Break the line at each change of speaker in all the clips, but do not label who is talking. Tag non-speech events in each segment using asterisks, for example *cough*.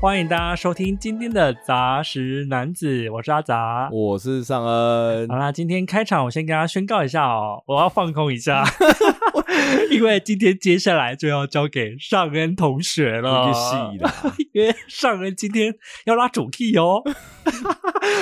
欢迎大家收听今天的杂食男子，我是阿杂。
我是尚
*laughs*
恩
好，啦，今天开场我先跟大家宣告一下哦，我要放空一
*laughs*
下，因为今天接下来就要交给尚恩同学了。
你去
*laughs*
戏啦，
因为上人今天要拉主 key
*laughs*
哦，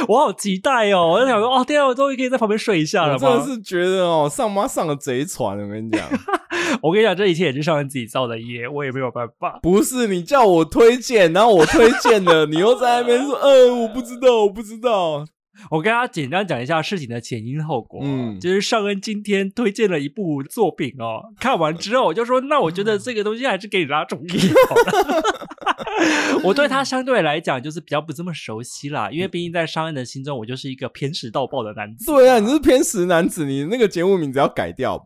我好期待哦！我就想说，哦，天啊，我终于可以在旁边睡一下了
我真的
吗？
是觉得哦，上妈上了贼船，我跟你讲， *laughs*
我跟你讲，这一切也是上人自己造的业，我也没有办法。
不是你叫我推荐，然后我推荐了，你又在那边
*laughs*
说，呃，我不知道，我不知道，
我跟大家简单讲一下事情的前因后果。啊
嗯
就是上恩今天推荐了一部作品哦，看完之后我就说，那我
嗯
觉得这个东西还是给你拉主 key 好了。 *laughs* 我对他相对来讲就是比较不这么熟悉啦，因为毕竟在上恩的心中，我就是一个偏食到爆的男子。
对啊，你是偏食男子，你那个节目名字要改
*laughs*
掉吧？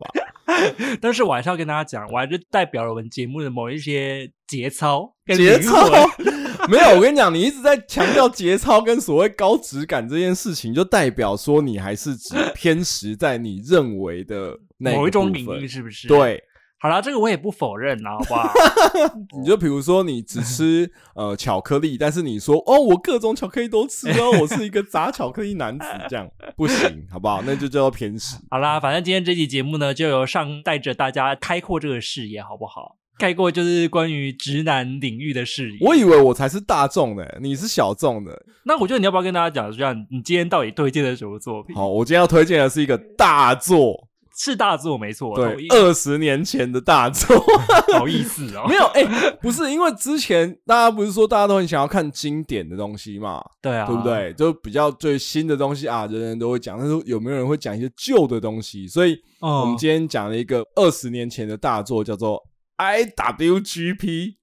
但是我还是要跟大家讲，我还是代表了我们节目的某一些节操跟
节
灵
操
魂
*laughs* 没有，我跟你讲，你一直在强调节操跟所谓高质感这件事情，就代表说你还是只偏食在你认为的那个
某一种
部
领域，
分，
是不是？，
对。
好啦，这个我也不否认啦，好不
*laughs*
好？
你就比如说你只吃呃巧克力，但是你说哦我各种巧克力都吃哦，我是一个砸巧克力男子，这样不行，好不好？那就叫做偏食。
好啦，反正今天这期节目呢，就由上带着大家开阔这个视野，好不好？概括就是关于直男领域的视野。
我以为我才是大众的，你是小众的。
那我觉得你要不要跟大家讲，这样你今天到底推荐的什么作品？
好，我今天要推荐的是一个大作，
是大作没错，
对，
不
二十年前的大作。
*laughs* 好意思哦。
没有，哎、不是，因为之前大家不是说大家都很想要看经典的东西嘛，
对啊，
对不？对？就比较最新的东西啊，人人都会讲，但是有没有人会讲一些旧的东西？所以我
嗯 *laughs*
们，今天讲了一个二十年前的大作，叫做 IWGP，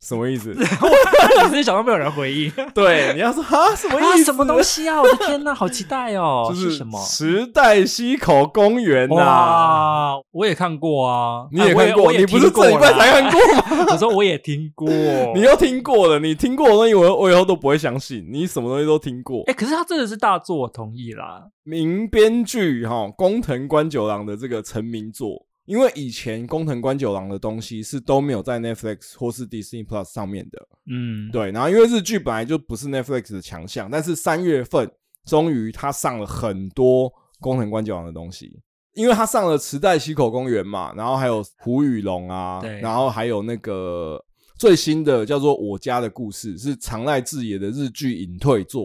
什么
*laughs*
意思？
你是想到没有人回
*laughs*
应？
对，你要说哈什么
啊
意，思？
什么东？西啊！我的天呐，好期待哦！
就是
什么？
时代溪口公园呐、
哇，我也看过啊，
啊你也
啊我
看过，
我也
你不是这礼拜才看过吗？
过啦？ *laughs* 我说我也听过，
*laughs*
你
你又听过了，你听过的东西我我以后都不会相信，你什么东西都听过。
哎，可是他真的是大作，我同意啦。
名编剧哈工藤官九郎的这个成名作，因为以前工藤官九郎的东西是都没有在 Netflix 或是 Disney Plus 上面的，
嗯，
对，然后因为日剧本来就不是 Netflix 的强项，但是三月份终于他上了很多工藤官九郎的东西，因为他上了池袋西口公园嘛，然后还有胡与龙啊
对，
然后还有那个最新的叫做《我家的故事》，是长濑智也的日剧隐退作，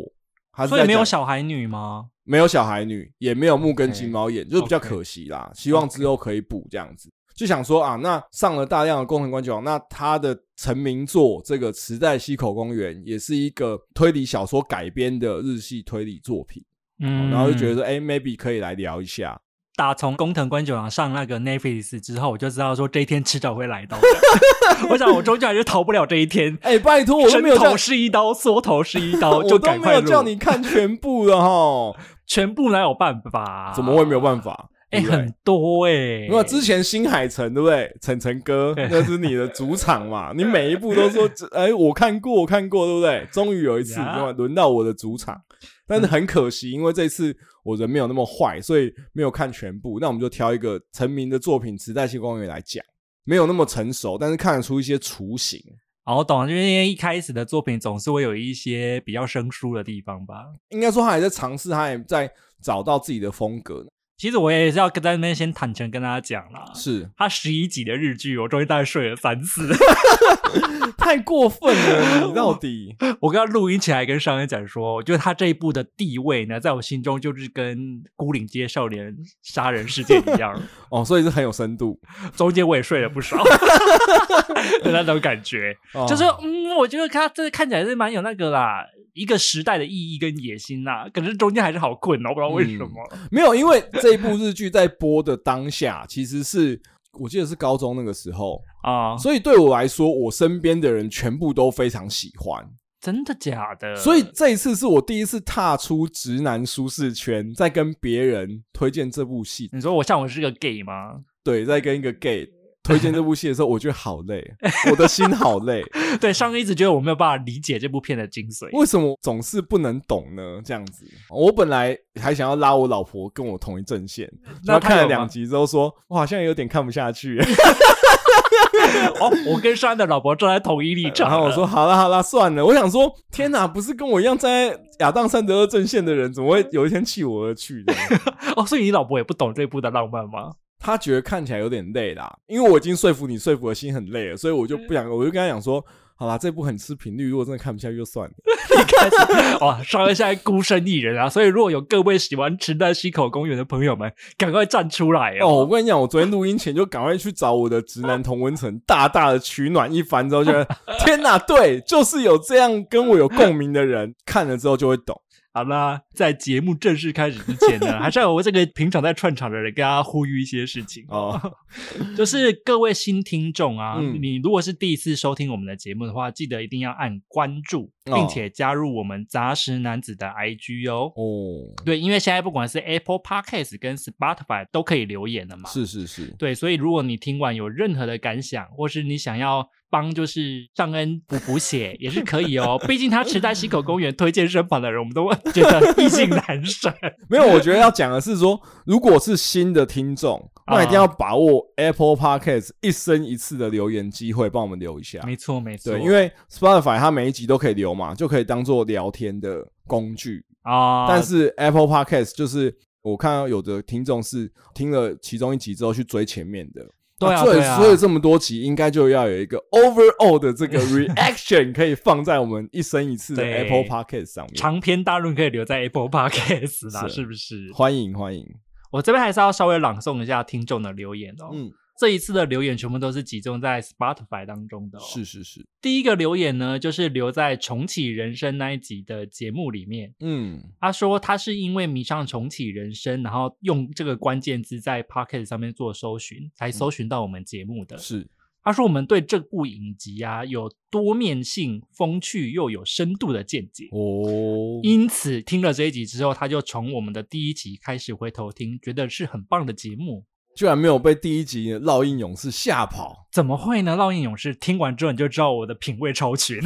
他是
所以
在
没有
讲哦
小孩女吗？
没有小孩女，也没有木根金猫眼，就是比较
OK
可惜啦。希望之后可以补这样子。就想说啊，那上了大量的工藤官九郎，那他的成名作这个《池袋西口公园》也是一个推理小说改编的日系推理作品，
嗯，
然后就觉得说，哎、m a y b e 可以来聊一下。
打从工藤官九郎上那个 Netflix 之后，我就知道说这一天迟早会来
*laughs*
到的。我想我终究还是逃不了这一天。
哎、拜托，我都
伸
没有叫
头，是一刀，缩头是一刀，就
*laughs* 我都
赶
没
快
有
录
叫你看全部
*laughs*
了哈，
全部哪有办法？
怎么会没有办？法？
哎，
对不对
很多哎，
没有啊之前新海诚对不对？晨晨哥，那是你的主场嘛？ *laughs* 你每一部都说，这哎，我看过，我看过，对不对？终于有一次，
呀
对吧？轮到我的主场，但是很可惜，因为这次我人没有那么坏，所以没有看全部。那我们就挑一个成名的作品《时代性公园》来讲，没有那么成熟，但是看得出一些雏形。
哦，我懂了，就是因为一开始的作品总是会有一些比较生疏的地方吧。
应该说，他还在尝试，他还在找到自己的风格。
其实我也是要跟在那边先坦诚跟大家讲啦， *laughs*
是
他十一集的日剧，我终于大概睡了三次。
太过分了，你到底？
我刚刚录音起来跟商人讲说，我觉得他这一部的地位呢，在我心中就是跟《孤岭街少年杀人事件》一
*laughs*
样，
哦，所以是很有深度，
中间我也睡了
*laughs*
不少的那种感觉。
哦
就是嗯，我觉得他这看起来是蛮有那个啦，一个时代的意义跟野心啦，可是中间还是好困哦，我不知道为什么。
没有，因为这一部日剧在播的当下，其实是我记得是高中那个时候，
啊、
所以对我来说，我身边的人全部都非常喜欢，
真的假的？
所以这一次是我第一次踏出直男舒适圈，在跟别人推荐这部戏，
嗯你说我像我是个 gay 吗？
对，在跟一个 gay。推荐这部戏的时候，我觉得好累，我的心好
*laughs*
累。
对，上一直觉得我没有办法理解这部片的精髓。
为什么总是不能懂呢？这样子，我本来还想要拉我老婆跟我同一阵线，
那
然后
她
看了
有吗
两集之后说，我好像有点看不下去。
哦，我跟山的老婆站在同一立场。
然后我，说好啦好啦，算了。我想说，天哪，不是跟我一样站在亚当三德二阵线的人，怎么会有一天弃我而去呢？ *laughs*
哦，所以你老婆也不懂这部的浪漫吗？
他觉得看起来有点累啦，因为我已经说服你，说服的心很累了，所以我就不想，我就跟他讲说，好啦，这部很吃频率，如果真的看不下去就算了。
哦，上恩现在孤身一人啊，所以如果有各位喜欢池袋西口公园的朋友们，赶快站出来
*laughs* 哦，我
哦！
跟你讲，我昨天录音前就赶快去找我的直男同温层，大大的取暖一番之后，觉得天哪，对，就是有这样跟我有共鸣的人，看了之后就会懂。
好啦，在节目正式开始之前
*laughs*
呢，还是要我这个平常在串场的人跟大家呼吁一些事情
*laughs* 哦，
就是各位新听众啊，
嗯
你如果是第一次收听我们的节目的话，记得一定要按关注，
哦
并且加入我们杂食男子的 IG 哦。
哦，
对，因为现在不管是 Apple Podcast 跟 Spotify 都可以留言的嘛。
是是是，
对，所以如果你听完有任何的感想，或是你想要帮就是上恩补补血，也是可以哦。毕竟他池袋西口公园推荐身旁的人，我们
*laughs*
都觉得意兴阑珊。
没有，我觉得要讲的是说，如果是新的听众，
啊
那一定要把握 Apple Podcast 一生一次的留言机会，帮我们留一下。
没错，没错，
啊对，因为 Spotify 它每一集都可以留嘛，就可以当做聊天的工具。
啊，
但是 Apple Podcast 就是我看到有的听众是听了其中一集之后去追前面的。
对啊
所以
对啊
所以这么多集，应该就要有一个 overall 的这
*laughs*
个 reaction 可以放在我们一生一次的
对
Apple Podcast 上面。
长篇大论可以留在 Apple Podcast 啦，
是
是不是？
欢迎欢迎，
我这边还是要稍微朗诵一下听众的留言哦。
嗯，
这一次的留言全部都是集中在 Spotify 当中的、哦。
是是是，
第一个留言呢，就是留在重启人生那一集的节目里面。
嗯，
他说他是因为迷上重启人生，然后用这个关键字在 Pocket 上面做搜寻，才搜寻到我们节目的。
嗯是
他说我们对这部影集啊有多面性、风趣又有深度的见解。
哦，
因此，听了这一集之后，他就从我们的第一集开始回头听，觉得是很棒的节目。
居然没有被第一集的烙印勇士吓跑
*laughs* 怎么会呢？烙印勇士听完之后，你就知道我的品味超群。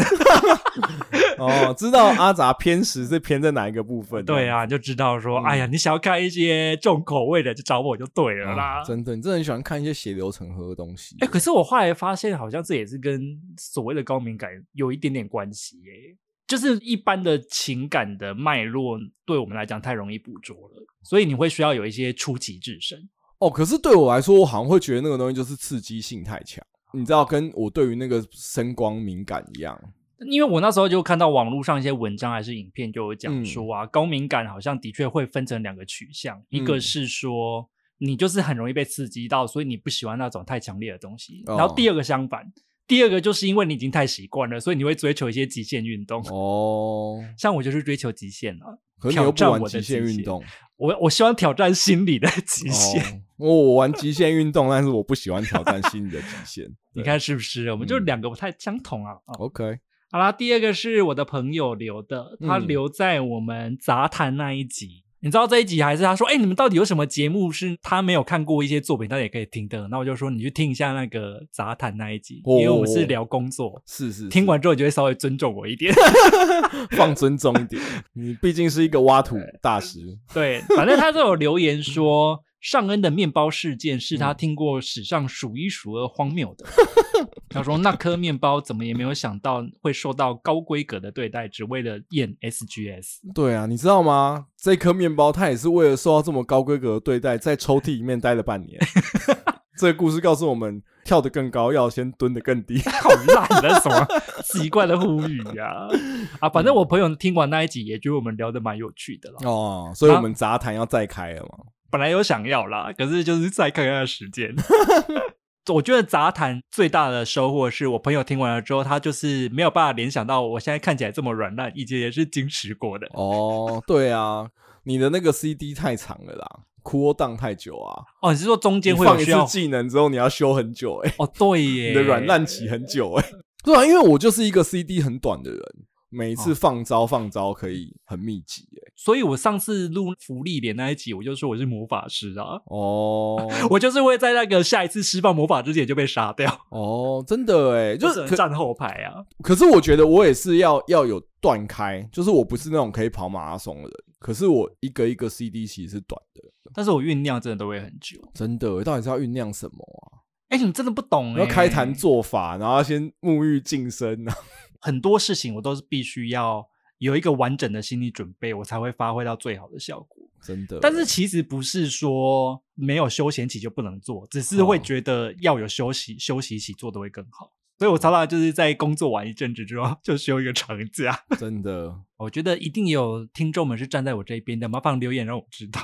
哦，知道阿杂偏食是偏在哪一个部分？
*laughs* 对啊，你就知道说，
嗯
哎呀，你想要看一些重口味的，就找我就对
这
了
样子，
啦。
啊真的，你真的很喜欢看一些血流成河的东西
哎、。可是我后来发现，好像这也是跟所谓的高敏感有一点点关系耶、就是一般的情感的脉络，对我们来讲太容易捕捉了，所以你会需要有一些出奇制胜。
哦，可是对我来说，我好像会觉得那个东西就是刺激性太强，你知道，跟我对于那个声光敏感一样。
因为我那时候就看到网络上一些文章还是影片，就有
嗯
讲说啊，高敏感好像的确会分成两个取向，一
嗯
个是说你就是很容易被刺激到，所以你不喜欢那种太强烈的东西；
哦
然后第二个相反，第二个就是因为你已经太习惯了，所以你会追求一些极限运动。
哦，
像我就是追求极限了，
可是你又不
挑战
玩
我的
极限
极
运
限
动，
我 *laughs* 我希望挑战心理的极限。。
哦，我玩极限运动，但是我不喜欢挑战心理的极限
*laughs* 你看是不是？我们
嗯
就两个不太相同啊。啊
对，OK，
好啦，第二个是我的朋友留的，他
嗯
留在我们杂谈那一集。你知道这一集还是他说，哎、你们到底有什么节目是他没有看过一些作品，他也可以听的？那我就说你去听一下那个杂谈那一集，
哦
因为我们是聊工作。
是是是
听完之后，你就会稍微尊重我一点。
放尊重
*laughs*
一点，你毕竟是一个挖土大师。
对，反正他都有留言说，尚恩的面包事件是他听过史上数一数二荒谬的。 *laughs* 他说那颗面包怎么也没有想到会受到高规格的对待，只为了验 SGS。
对啊，你知道吗？这颗面包它也是为了受到这么高规格的对待，在抽屉里面待了半
*laughs*
年。这个故事告诉我们，跳得更高要先蹲得
*laughs*
更低。
好烂的什么奇怪的呼吁呀、啊！啊，反正我朋友听完那一集也觉得我们聊得蛮有趣的啦。
哦， *laughs* 所以我们杂谈要再开了嘛？
本来有想要啦，可是就是再看看时
*laughs*
间。我觉得杂谈最大的收获是我朋友听完了之后，他就是没有办法联想到我现在看起来这么软烂，以前也是矜持过的。
哦，对啊，你的那个 CD 太长了啦，cool down 太久啊。
哦，你是说中
你
间会
放
有
一
需
次
要？
技能之后，你要修很久
*laughs*
哎、
哦，对耶，
你的软烂期很久哎、对啊，因为我就是一个 CD 很短的人，每一次
哦
放招放招可以很密集哎、
所以我上次录福利脸那一集，我就说我是魔法师啊，
哦
*laughs* 我就是会在那个下一次施放魔法之前就被杀掉，
哦，真的哎，就
就是是
可
站后排啊。
可是我觉得我也是要要有断开，就是我不是那种可以跑马拉松的人，可是我一个一个 CD 其实是短的，
但是我酝酿真的都会很久。
真的欸，到底是要酝酿什么啊？
哎、你真的不懂、欸，
要开坛做法，然后要先沐浴净身啊，
很多事情我都是必须要有一个完整的心理准备，我才会发挥到最好的效果。
真的欸。
但是其实不是说没有休闲期就不能做，只是会
哦
觉得要有休息，休息期做的会更好。所以我常常就是在工作完一阵子之后 *laughs* 就休一个长假。
真的
我觉得一定有听众们是站在我这一边的，麻烦留言让我知道。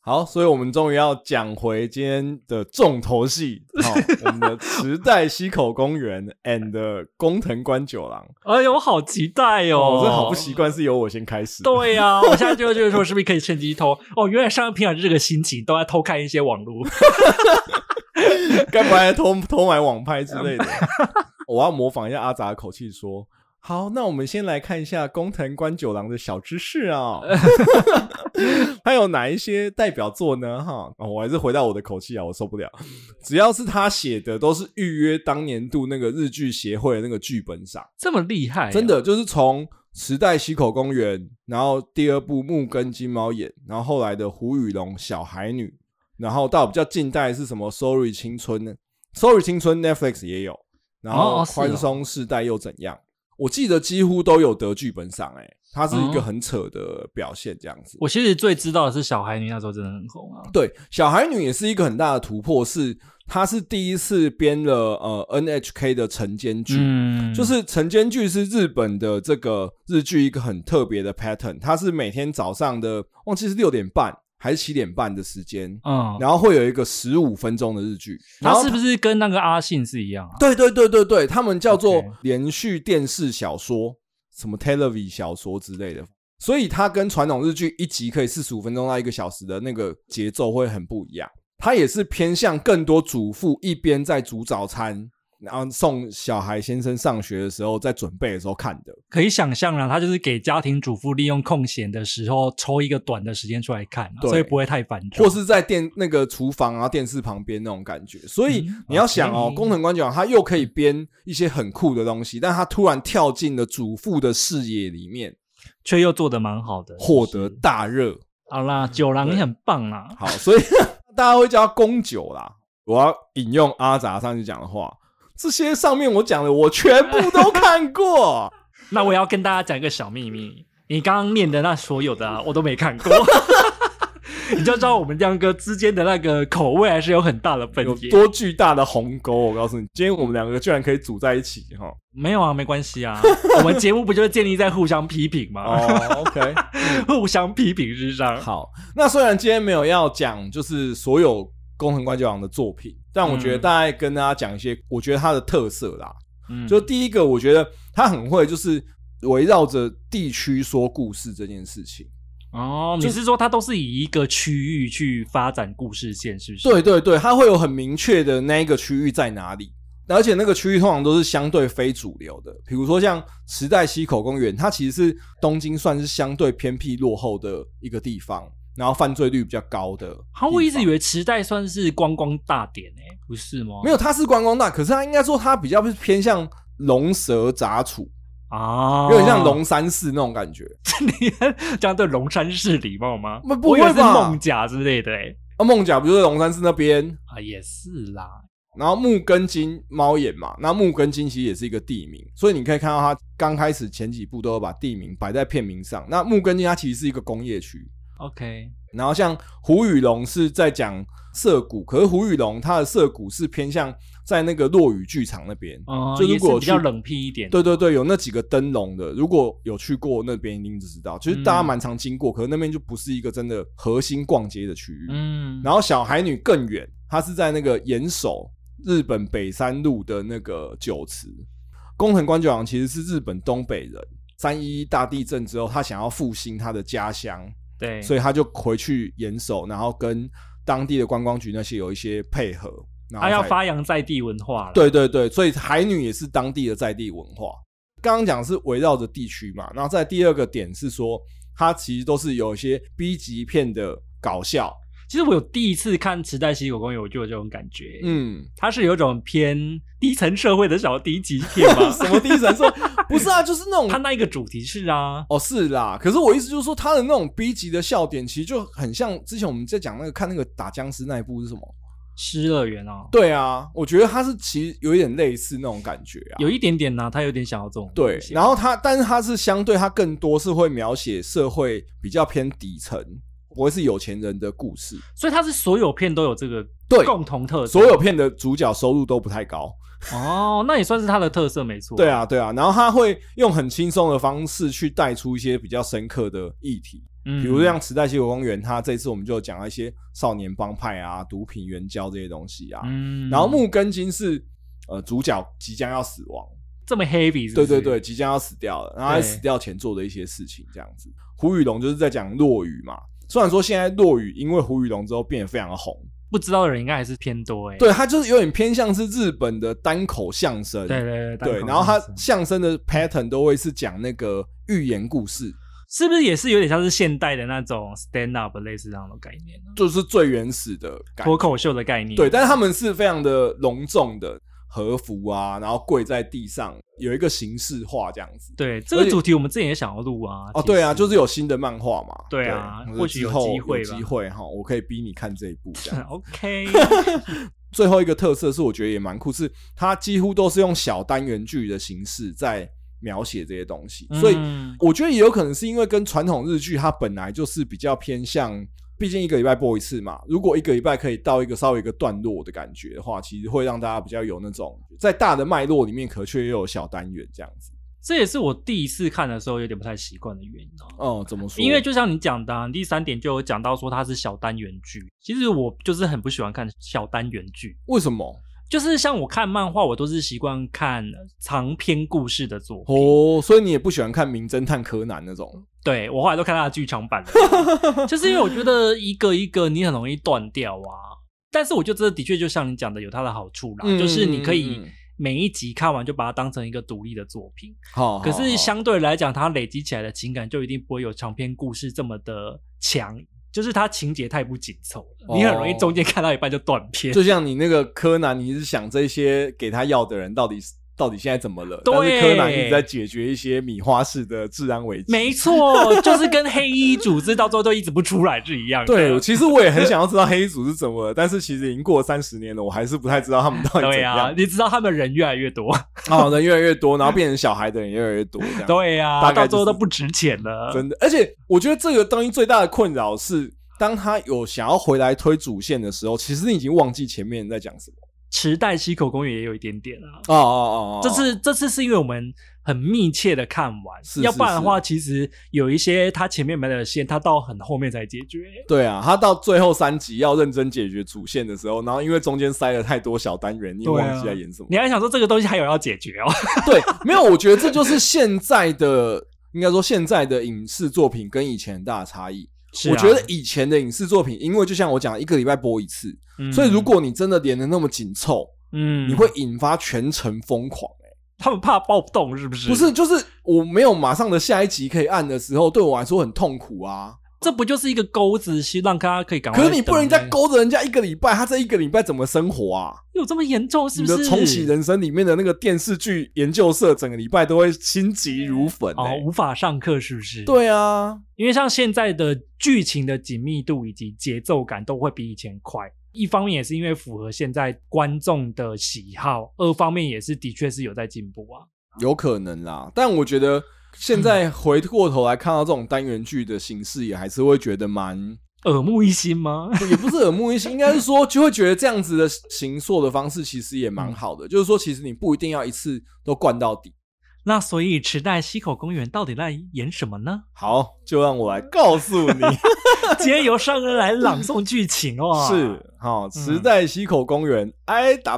好，所以我们终于要讲回今天的重头戏，好，我们的池袋西口公园 and 工藤官九郎。
*laughs* 哎呦，我好期待哦！
哦，我真的好不习。惯是由我先开始。
对呀、我现在就觉得说，是不是可以趁机偷？哦，原来上平常这个心情都在偷看一些网络。
该不会偷偷买网拍之类的？我要模仿一下阿杂的口气说：“好，那我们先来看一下工藤官九郎的小知识啊、他有哪一些代表作呢？哈、哦我还是回到我的口气啊，我受不了。只要是他写的，都是预约当年度那个日剧协会的那个剧本赏，
这么厉害、
真，的就是从。”时代西口公园，然后第二部木根金猫眼，然后后来的胡与龙小孩女，然后到比较近代是什么？Sorry 青春呢？Sorry 青春 Netflix 也有，然
哦
后
哦是哦
宽松世代又怎样？我记得几乎都有得剧本赏，哎，它是一
哦
个很扯的表现，这样子。
我其实最知道的是小孩女那时候真的很红啊。
对，小孩女也是一个很大的突破，是它是第一次编了呃 NHK 的晨间剧，
嗯
就是晨间剧是日本的这个日剧一个很特别的 pattern，它是每天早上的忘记是六点半还是七点半的时间，
嗯，
然后会有一个十五分钟的日剧，然
他
后
是不是跟那个阿信是一样啊？
对对对对对，他们叫做
OK
连续电视小说，什么 television 小说之类的。所以它跟传统日剧一集可以四十五分钟到一个小时的那个节奏会很不一样。它也是偏向更多主妇一边在煮早餐，然后送小孩先生上学的时候，在准备的时候看的。
可以想象啊，他就是给家庭主妇利用空闲的时候抽一个短的时间出来看、啊，
对
所以不会太繁重。
或是在电那个厨房啊、电视旁边那种感觉。所以
嗯
你要想哦，
OK
工藤官九郎他又可以编一些很酷的东西，但他突然跳进了主妇的视野里面，
却又做得蛮好的，
获
就
得
是
大热。
好啦，九郎
对
你很棒啦，
好，所以 *laughs* 大家会叫他宫九啦。我要引用阿杂上去讲的话，这些上面我讲的我全部都看过。
那我也要跟大家讲一个小秘密，你刚刚念的那所有的、啊、我都没看过， *laughs* 你就知道我们两个之间的那个口味还是有 *laughs* 很大的分
有
野。
多巨大的鸿沟！我告诉你，今天我们两个居然可以组在一起哈。
没有啊，没关系啊，我们节目不就是建立在互相批评吗？
哦，OK，
*laughs* 互相批评之上。
*laughs* 好。那虽然今天没有要讲就是所有工藤官九郎的作品，但我觉得
嗯
大概跟大家讲一些我觉得他的特色啦。
嗯
就第一个，我觉得他很会就是围绕着地区说故事这件事情。
哦，你是说它都是以一个区域去发展故事线，是不是？
对对对，它会有很明确的那一个区域在哪里，而且那个区域通常都是相对非主流的，比如说像池袋西口公园，它其实是东京算是相对偏僻落后的一个地方，然后犯罪率比较高的地方。
好，我一直以为池袋算是观光大点诶、不是吗？
没有，它是观光大，可是它应该说它比较偏向龙蛇杂处，
啊，
有点
*laughs*
像龙山寺那种感觉。
你这样对龙山寺礼貌吗？
不不
我以为
会
是
吧
梦甲之类的诶、
啊，梦甲不就是龙山寺那边？
啊，也是啦。
然后木根金猫眼嘛，那木根金其实也是一个地名，所以你可以看到它刚开始前几部都有把地名摆在片名上。那木根金它其实是一个工业区，
OK，
然后像胡宇龙是在讲涩谷，可是胡宇龙它的涩谷是偏向在那个落雨剧场那边。
哦、
就如
也是
果
比较
去
冷僻一点，
对对对，有那几个灯笼的，如果有去过那边一定知道，就是
嗯
大家蛮常经过，可是那边就不是一个真的核心逛街的区域。
嗯，
然后小孩女更远，她是在那个岩手日本北山路的那个酒池。工藤官九郎其实是日本东北人，三一一大地震之后，他想要复兴他的家乡，
对，
所以他就回去岩手，然后跟当地的观光局那些有一些配合，然后
他要
才
发扬在地文化了。
对对对，所以海女也是当地的在地文化。刚刚讲是围绕着地区嘛，然后在第二个点是说，它其实都是有一些 B 级片的搞笑，
其实我有第一次看《池袋西口公园》，我就有这种感觉，
嗯，
它是有一种偏低层社会的小低级片嘛。
*laughs* 什么低
*laughs*
层说不是啊，就是那
它
种
那一个主题是啊，
哦是啦，可是我意思就是说，他的那种 B 级的笑点，其实就很像之前我们在讲那个看那个打僵尸那一部是什么？
失乐园啊，
对啊，我觉得他是其实有一点类似那种感觉啊，
有一点点呢、它有点想要这种
对
东，西啊
然后它，但是它是相对它更多是会描写社会比较偏底层，不会是有钱人的故事。
所以它是所有片都有这个
对
共同特色，
所有片的主角收入都不太高。
哦，那也算是它的特色没错。
对，啊，对啊，然后他会用很轻松的方式去带出一些比较深刻的议题，
嗯
比如像《时代西游公园》，它这次我们就讲了一些少年帮派啊、毒品援交这些东西啊。
嗯
然后木根金是呃主角即将要死亡，
这么 heavy，是不是
对对对，，即将要死掉了，然后他在
对
死掉前做的一些事情，这样子。胡宇龙就是在讲落雨嘛，虽然说现在落雨因为胡宇龙之后变得非常的红，
不知道的人应该还是偏多哎、
对他就是有点偏向是日本的单口相声，
对对对
对
单口
然后他
相声
相声的 pattern 都会是讲那个寓言故事，
是不是也是有点像是现代的那种 stand up 类似这样的概念呢？
就是最原始的感觉
脱，口秀的概念，
对，但是他们是非常的隆重的和服啊，然后跪在地上，有一个形式化这样子。
对这
而
个
且
主题我们之前也想要录啊。其
哦，
实
对啊，就是有新的漫画嘛。
对啊
对
或许有
之后
机会
有
吧
机会哈，我可以逼你看这一部。这样
*laughs* OK，
最后一个特色是，我觉得也蛮酷，是它几乎都是用小单元剧的形式在描写这些东西， *laughs* 所以
嗯
我觉得也有可能是因为跟传统日剧它本来就是比较偏向。毕竟一个礼拜播一次嘛，如果一个礼拜可以到一个稍微一个段落的感觉的话，其实会让大家比较有那种在大的脉络里面，可却又有小单元这样子。
这也是我第一次看的时候有点不太习惯的原因啊。
哦、怎么说？
因为就像你讲的、啊，第三点就有讲到说它是小单元剧。其实我就是很不喜欢看小单元剧，
为什么？
就是像我看漫画，我都是习惯看长篇故事的作品。
哦，所以你也不喜欢看《名侦探柯南》那种
对我后来都看他的剧场版
*laughs*
了，就是因为我觉得一个一个你很容易断掉啊。但是我觉得这的确就像你讲的，有它的好处啦，
嗯
就是你可以
嗯嗯
每一集看完就把它当成一个独立的作品。
好，好
可是
好
相对来讲，它累积起来的情感就一定不会有长篇故事这么的强，就是它情节太不紧凑了，你很容易
哦
中间看到一半就断片。
就像你那个柯南，你是想这些给他药的人到底是到底现在怎么了？
对
但是柯南一直在解决一些米花式的治安危机。
*laughs* 没错，就是跟黑衣组织到最后都一直不出来是一样的。*laughs*
*laughs* 对，其实我也很想要知道黑衣组是怎么了，但是其实已经过三十年了，我还是不太知道他们到底怎
对啊
*laughs* 样，。
你知道他们人越来越
*laughs*
多，
哦，人越来越多，然后变成小孩的人越来越多，这样
对
大
啊，到
概就是
最 *laughs* 后都不值钱了。
真的。而且我觉得这个东西最大的困扰是，当他有想要回来推主线的时候，其实你已经忘记前面在讲什么。
池袋西口公园也有一点点啊。
哦哦哦哦，
这次这次是因为我们很密切的看完，
是
要不然的话，其实有一些它前面没的线，它到很后面才解决。
对啊，他到最后三集要认真解决主线的时候，然后因为中间塞了太多小单元，你也
对啊
忘记在演什么
你。还想说这个东西还有要解决哦？
*laughs* 对，没有，我觉得这就是现在的，应该说现在的影视作品跟以前很大的差异。
是啊
我觉得以前的影视作品，因为就像我讲，一个礼拜播一次，所以如果你真的连的那么紧凑，
嗯，
你会引发全城疯狂、欸。
他们怕暴动是不是？
不是，，就是我没有马上的下一集可以按的时候，对我来说很痛苦啊。
这不就是一个钩子，希望大家可以赶快
可
等欸
是
吗。
你不能再勾着人家一个礼拜，他这一个礼拜怎么生活啊？
有这么严重是
你
不是？
的重启人生里面的那个电视剧研究社，整个礼拜都会心急如焚、
哦，
欸。
无法上课是不是？，
对啊，
因为像现在的剧情的紧密度以及节奏感都会比以前快。一方面也是因为符合现在观众的喜好，二方面也是的确是有在进步啊。
有可能啦。但我觉得现在回过头来看到这种单元剧的形式，也还是会觉得蛮，
耳目一新吗？ *laughs*
也不是耳目一新，应该是说就会觉得这样子的行塑的方式其实也蛮好的。就是说，其实你不一定要一次都灌到底。
那所以池袋西口公园到底在演什么
*laughs*
呢？
好，就让我来告诉你，
今天由上恩来朗诵剧情哦。
是，好、池袋西口公园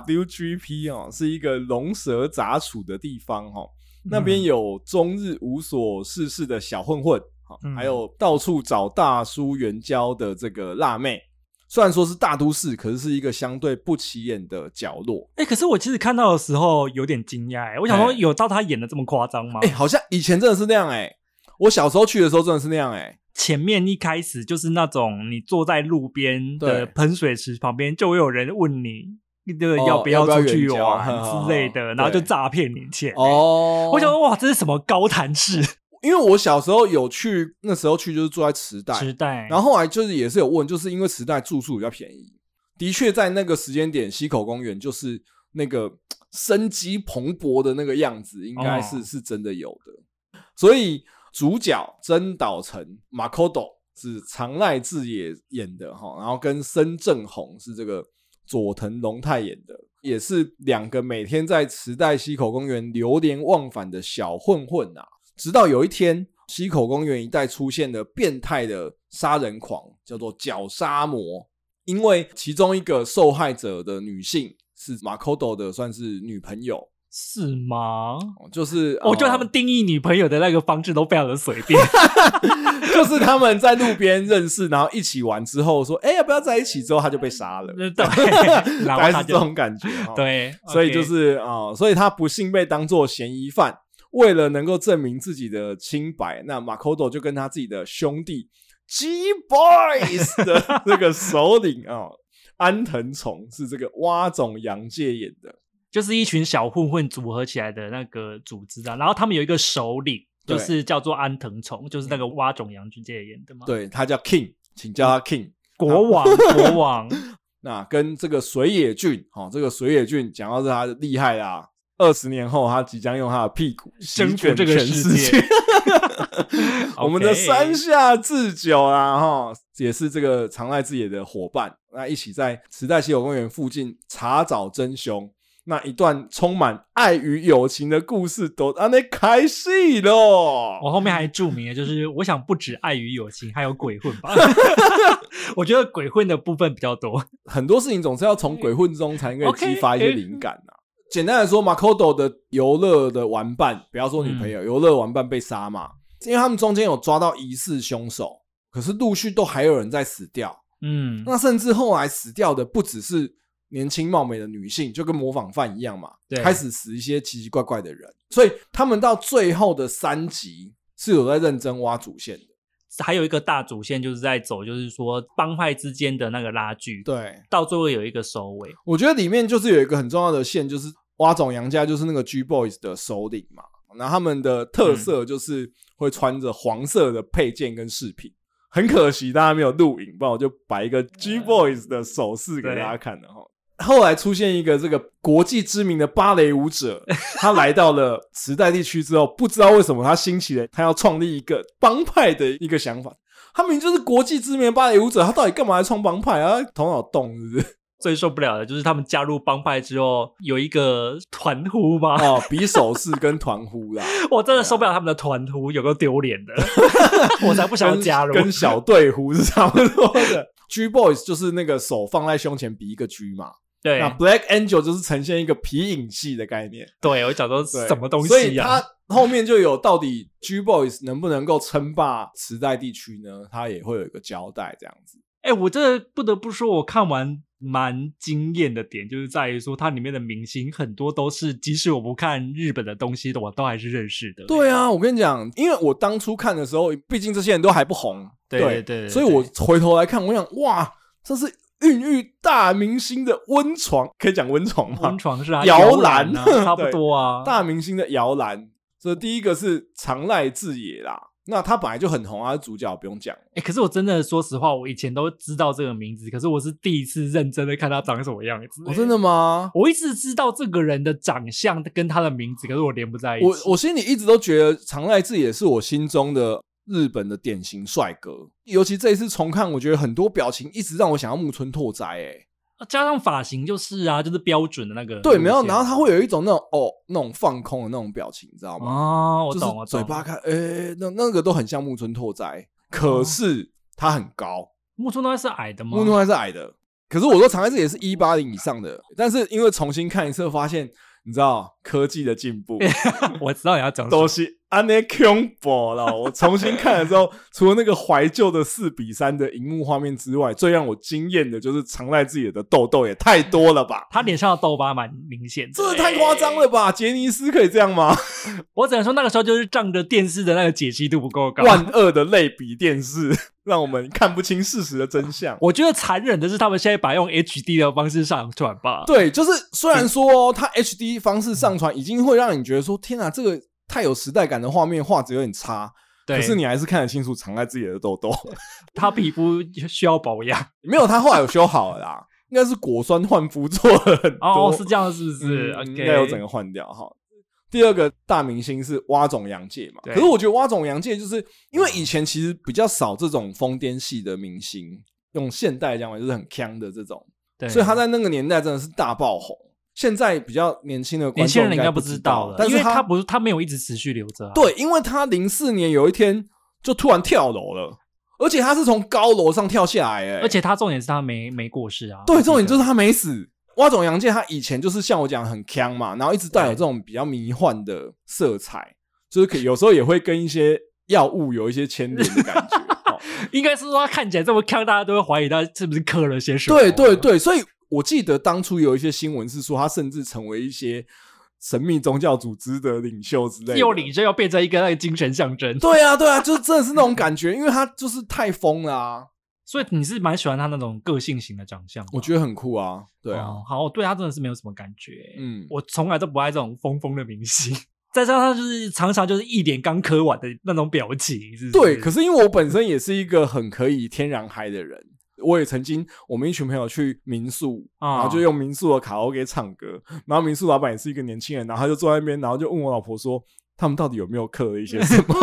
IWGP 哦，是一个龙蛇杂处的地方哦。那边
嗯
有终日无所事事的小混混，好
嗯
还有到处找大叔援交的这个辣妹。虽然说是大都市，可是是一个相对不起眼的角落。
哎、可是我其实看到的时候有点惊讶、欸，我想说
哎
有到他演的这么夸张吗？
哎、好像以前真的是那样哎、我小时候去的时候真的是那样哎、
前面一开始就是那种你坐在路边的
对
喷水池旁边，就会有人问你那个
哦
要不
要不要
出去
远交
玩
呵呵
之
*laughs*
类的，
呵
然后就
对
诈骗你钱。，
哦
哎我想说哇，这是什么高谈式
因为我小时候有去，那时候去就是住在池袋，
时代？
然后后来就是也是有问，就是因为池袋住宿比较便宜，的确在那个时间点，溪口公园就是那个生机蓬勃的那个样子，应该是、
哦
是真的有的。所以主角真岛诚马 a 斗是长濑智也演的哈，然后跟深正宏是这个佐藤龙太演的。也是两个每天在池袋溪口公园流连忘返的小混混啊，直到有一天，溪口公园一带出现了变态的杀人狂，叫做绞杀魔。因为其中一个受害者的女性是马 a 斗的，算是女朋友，
是吗？
哦就是、哦
我觉得他们定义女朋友的那个方式都非常的随
*laughs*
便。
呃 *laughs* 就是他们在路边认识，然后一起玩之后说：“哎、要不要在一起？”之后他就被杀
*laughs*
了，*laughs*
对然
大
后
概
他
是这
就
种感觉。哦，
对，
*laughs* 所以就
OK
是啊、呃所以他不幸被当做嫌疑犯。为了能够证明自己的清白，那马 a 斗就跟他自己的兄弟 G Boys 的这个首领啊、哦安藤崇是这个蛙总洋介演的，
就是一群小混混组合起来的那个组织啊。然后他们有一个首领，就
对嗯
是叫做安藤虫，就是那个蛙种杨俊介演的嘛。，
对他叫 King，请
嗯
叫他 King。
国
*laughs*
王，国王，
那跟这个水野俊，哦，这个水野俊讲到是他厉害啦。二十年后，他即将用他的屁股席
征服
卷
这个
全
世
世
界 *laughs*
界。 *laughs* 我们的
OK
山下智久啊，哈，也是这个长濑智也的伙伴，那一起在池袋西口公园附近查找真凶。那一段充满爱与友情的故事都啊，那开戏喽！
我后面还注明了，就是我想不止爱与友情，还有鬼混
*laughs*
吧。我觉得鬼混的部分比较多。
很多事情总是要
嗯
从鬼混中才可以
OK，
激发一些灵感啊。
嗯
简单来说，Makoto 的游乐的玩伴，不要说女朋
嗯
友，游乐玩伴被杀嘛，因为他们中间有抓到疑似凶手，可是陆续都还有人在死掉。
嗯，
那甚至后来死掉的不只是年轻貌美的女性，就跟模仿犯一样嘛
对，
开始死一些奇奇怪怪的人。所以他们到最后的三集是有在认真挖主线的。
还有一个大主线就是在走，就是说帮派之间的那个拉锯，
对，
到最后有一个收尾。
我觉得里面就是有一个很重要的线，就是蛙总杨家就是那个 G Boys 的首领嘛，然后他们的特色就是会穿着黄色的配件跟饰品。很可惜大家没有录影，不然我就摆一个 G Boys 的手势给大家看了哈。后来出现一个这个国际知名的芭蕾舞者，他来到了池袋地区之后，不知道为什么他兴起了，他要创立一个帮派的一个想法。他明明就是国际知名的芭蕾舞者，他到底干嘛来创帮派啊？他头脑动是不是？
最受不了的就是他们加入帮派之后有一个团呼嘛，
哦，啊比手势跟团呼啦，
*laughs* 我真的受不了他们的团呼，有个丢脸
*laughs*
的，我 *laughs* 才不想要
跟
加入。
跟小队呼是差不多的。G Boys 就是那个手放在胸前比一个 G 嘛，
*laughs* 对
那 Black Angel 就是呈现一个皮影戏的概念，
对，我想说
对
什么东
所以
西啊呀、
他后面就有到底 G Boys 能不能够称霸池袋地区呢？他也会有一个交代这样子。
哎、我这不得不说，我看完蛮惊艳的点，就是在于说它里面的明星很多都是，即使我不看日本的东西，我都还是认识的。
对啊，我跟你讲，因为我当初看的时候，毕竟这些人都还不红，
对对对对
所以我回头来看，我想，哇，这是孕育大明星的温床，可以讲温床吗？
温床是啊，
摇
摇
篮
啊，差不多啊。
大明星的摇篮。这第一个是长濑智也啦，那他本来就很红啊，他是主角不用讲。
哎、可是我真的说实话，我以前都知道这个名字，可是我是第一次认真的看他长什么样子、
我、哦真的吗？
我一直知道这个人的长相跟他的名字，可是我连不在一起。
我我心里一直都觉得长濑智也是我心中的日本的典型帅哥，尤其这一次重看，我觉得很多表情一直让我想要木村拓哉、欸。哎，
加上发型就是啊，就是标准的那个路线。
对，没有，然后他会有一种那种哦那种放空的那种表情，你知道吗？
哦，我
就
懂，我
是
懂。哦
嘴巴开，哎、那那个都很像木村拓哉，可是他很高。
木村拓哉是矮的吗？
木村还是矮的。可是我说长安寺也是一八零以上的，但是因为重新看一次，发现你知道科技的进步
*laughs* 我知道你要讲什
都
么。
是安内 combo 了。我重新看的时候， *laughs* 除了那个怀旧的四比三的荧幕画面之外，最让我惊艳的就是藏在自己的痘痘也太多了吧！
他脸上的痘疤蛮明显的，
这太夸张了吧！杰尼斯可以这样吗？
我只能说那个时候就是仗着电视的那个解析度不够高。
万恶的类比电视， *laughs* 让我们看不清事实的真相。
我觉得残忍的是他们现在把用 HD 的方式上传吧。
对，就是虽然说哦、它 HD 方式上传已经会让你觉得说，天啊，这个太有时代感的画面画质有点差，
对，
可是你还是看得清楚藏在自己的痘痘。
他皮肤需要保养
没有，它后来有修好了
*laughs*
啦，应该是果酸换肤做了很多，
哦，是这样是不是、
嗯
o
应
k
该有整个换掉哈。第二个大明星是蛙总洋介嘛，
对
可是我觉得蛙总洋介就是因为以前其实比较少这种疯癫系的明星，用现代讲法就是很腔的这种。
对，
所以他在那个年代真的是大爆红。现在比较年轻的观众
年轻人应该不
不知
知
道
道
了
了，，
但是
因为
他
他不是他没有一直持续留着、啊。，
对，因为他零四年有一天就突然跳楼了，而且他是从高楼上跳下来、欸，
而且他重点是他没没过世啊。
对重点就是是他没死。蛙总洋介他以前就是像我讲很腔嘛，然后一直带有这种比较迷幻的色彩，就是可有时候也会跟一些药物有一些牵连的
*laughs*
感觉。哦
应该是说他看起来这么康，大家都会怀疑他是不是嗑了些什么。
对对，对，所以我记得当初有一些新闻是说，他甚至成为一些神秘宗教组织的领袖之类的。
又领着又变成一个那个精神象征。
对啊，对啊，就是真的是那种感觉，因为他就是太疯了啊，
所以你是蛮喜欢他那种个性型的长相吗，
*laughs* 我觉得很酷啊，对啊，
哦好，我对他真的是没有什么感觉。
嗯，
我从来都不爱这种疯疯的明星，再加上他就是常常就是一脸刚磕完的那种表情，是不
对。
是
可是因为我本身也是一个很可以天然嗨的人，我也曾经我们一群朋友去民宿，
啊
然后就用民宿的卡拉 OK 唱歌，然后民宿老板也是一个年轻人，然后他就坐在那边，然后就问我老婆说，他们到底有没有刻了一些什么？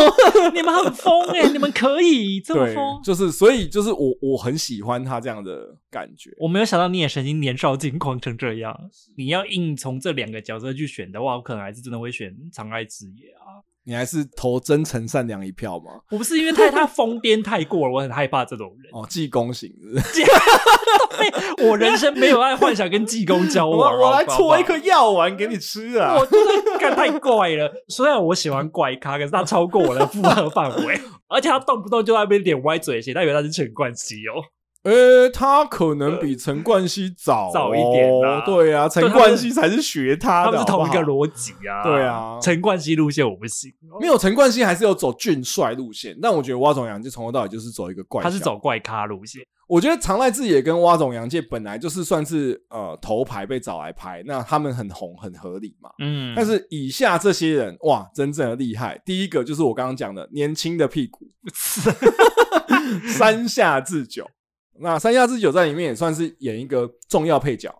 你们很疯哎、你们可以这么
对
疯，。
就是所以就是我我很喜欢他这样的感觉。
我没有想到你也曾经年少轻狂成这样。你要硬从这两个角色去选的话，我可能还是真的会选长爱之野啊。
你还是投真诚善良一票吗？
我不是因为太他疯癫太过了，我很害怕这种人。
*laughs* 哦，济公型是不是
我人生没有爱幻想跟济公交往。啊
*laughs* 我我来
好不好
搓一颗药丸给你吃啊
我！真的看太怪了。虽然我喜欢怪咖，可是他超过我的负荷范
*laughs*
围，而且他动不动就在那边脸歪嘴斜，他以为他是陈冠希哦。
呃，他可能比陈冠希早、
*laughs*
哦、
早一点啦
对啊，陈冠希才是学他
他
的，
们是同一个
好不好
逻辑啊。
对啊
陈冠希路线我不行，哦
没有陈冠希还是有走俊帅路线，但我觉得蛙总洋介从头到尾就是走一个怪。
他是，走怪咖路线。
我觉得常濑智也跟蛙总洋介本来就是算是呃头牌被找来拍，那他们很红很合理嘛。
嗯
但是以下这些人哇，真正的厉害，第一个就是我刚刚讲的年轻的屁股，
*laughs*
山下智久。那山下智久在里面也算是演一个重要配角，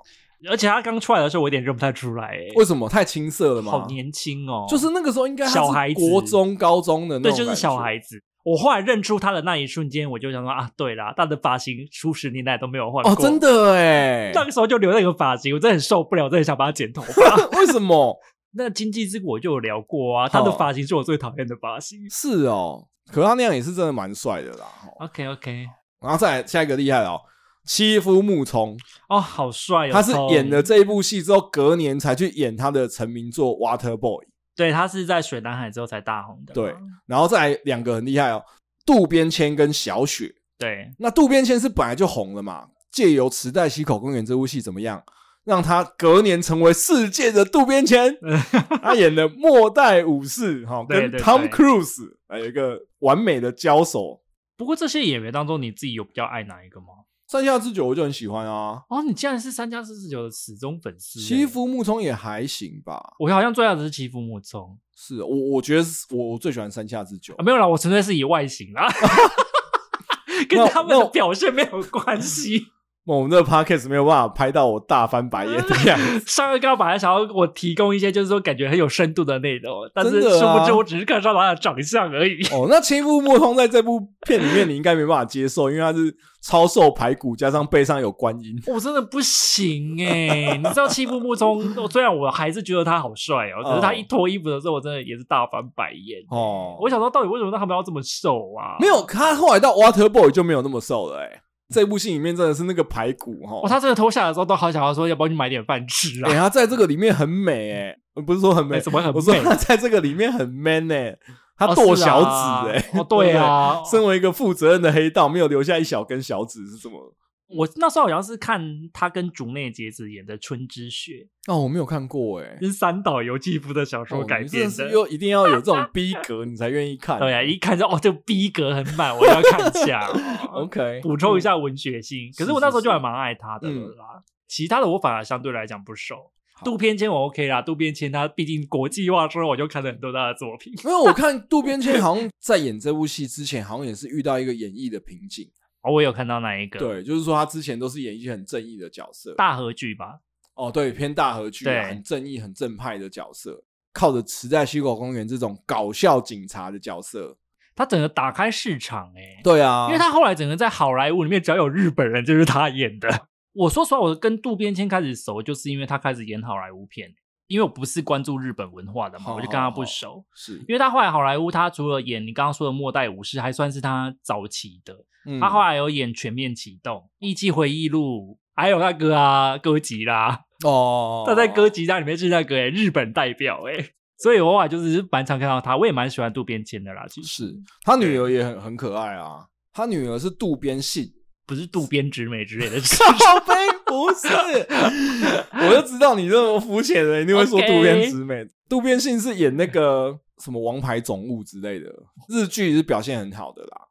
而且他刚出来的时候，我有点认不太出来、欸，
为什么太青涩了吗？
好年轻哦，
就是那个时候应该他是
小孩子
国中、高中的那
对，
种，
就是小。孩子。我后来认出他的那一瞬间，我就想说啊，对啦，他的发型数十年来都没有换过，
哦，真。的哎，
那个时候就留那个发型，我真的很受不了，我真的很想把他剪头
*laughs*
发。
为什么？
那经济之国就有聊过啊，他的发型是我最讨厌的发
*laughs*
型。
是哦，可是他那样也是真的蛮帅的啦。齁
OK OK，
然后再来下一个厉害了哦，七夫木聪，
哦，好帅哦！
他是
聪
演了，这一部戏之后，隔年才去演他的成名作《Water Boy》，
对他是在《水男孩》之后才大红的
对
嘛。
然后再来两个很厉害哦，渡边谦跟小雪。
对
那渡边谦是本来就红了嘛，借由《池袋西口公园》这部戏怎么样，让他隔年成为世界的渡
*laughs*
边谦？他演的《末代武士》哈、
对
跟
对
Tom
对
Cruise 啊还有一个完美的交手。
不过这些演员当中，你自己有比较爱哪一个吗？
山下智久我就很喜欢啊，
哦，你竟然是三加四十九的死忠粉丝、欸
西，服木聪也还行吧。
我好像最爱的是欺负木聪
是我我觉得是我我最喜欢山下智久
啊，。没有啦，我纯粹是以外形
*laughs*
啦，跟他们
那
的
我
表现没有关
*laughs*
系。
哦那我们这个 podcast 没有办法拍到我大翻白眼的样子。
上个刚本来想要我提供一些，就是说感觉很有深度的内容，但是
真的啊
殊不知我只是看上他的长相而已。
*laughs* 哦，那千夫莫通在这部片里面你应该没办法接受，因为他是超瘦排骨，加上背上有观音。
我真的不行哎、你知道欺负木聪，我虽然我还是觉得他好帅哦，可是他一脱衣服的时候，我真的也是大翻白眼。
哦，
我想说，到底为什么他们要这么瘦啊？
没，有，他后来到 Water Boy 就没有那么瘦了、欸。哎，这部戏里面真的是那个排骨哈，哦
哦，他真的脱下来的时候，都好想要说，要不要去买点饭吃
哎、
啊？
他在这个里面很美哎、呃不是说很美，
哎怎么很
我说
美
他在这个里面很 man 呢、他
哦
剁
是
小
啊
指哎、 *laughs*
哦对啊
身为一个负责任的黑道，没有留下一小根小指是什么？嗯
我那时候好像是看他跟竹内结子演的《春之雪
哦，我没有看过哎、》，
是三岛由纪夫的小说改编
哦你真
的。
是又一定要有这种逼格，你才愿意看。
对呀、一看就哦，这个逼格很满，我要看一下。哦
*laughs* ，OK，嗯
补充一下文学性。可是我那时候就还蛮爱他的了啦，其他的我反而相对来讲不熟。
好
渡边谦我 OK 啦，渡边谦他毕竟国际化之后，我就看了很多他的作品。
因为我看渡边谦好像在演这部戏之前，好像也是遇到一个演绎的瓶
*laughs*
颈。
哦，我有看到那一个
对，就是说他之前都是演一些很正义的角色，
大和剧吧？
哦，对，偏大和剧、啊，
对
很正义、很正派的角色，靠着池袋西口公园这种搞笑警察的角色，
他整个打开市场哎、
对啊，
因为他后来整个在好莱坞里面，只要有日本人就是他演的。我说实话，我跟渡边谦开始熟，就是因为他开始演好莱坞片。因为我不是关注日本文化的嘛，
好
我就跟他不熟。
是
因为他后来好莱坞，他除了演你刚刚说的《末代武士》，还算是他早期的。
嗯
他后来有演《全面启动》《艺伎回忆录》，还有那个啊歌吉拉，
哦，
他在歌吉拉里面是那个、欸、日本代表哎、欸所以我后来就是蛮常看到他，我也蛮喜欢渡边谦的啦。其实
是他女儿也很很可爱啊，他女儿是渡边信，
不是渡边直美之类
*laughs*
的， *laughs*
靠背不是，我就知道你这种肤浅的人，一定会说
OK
渡边直美。渡边信是演那个什么《王牌总务》之类的日剧，是表现很好的啦，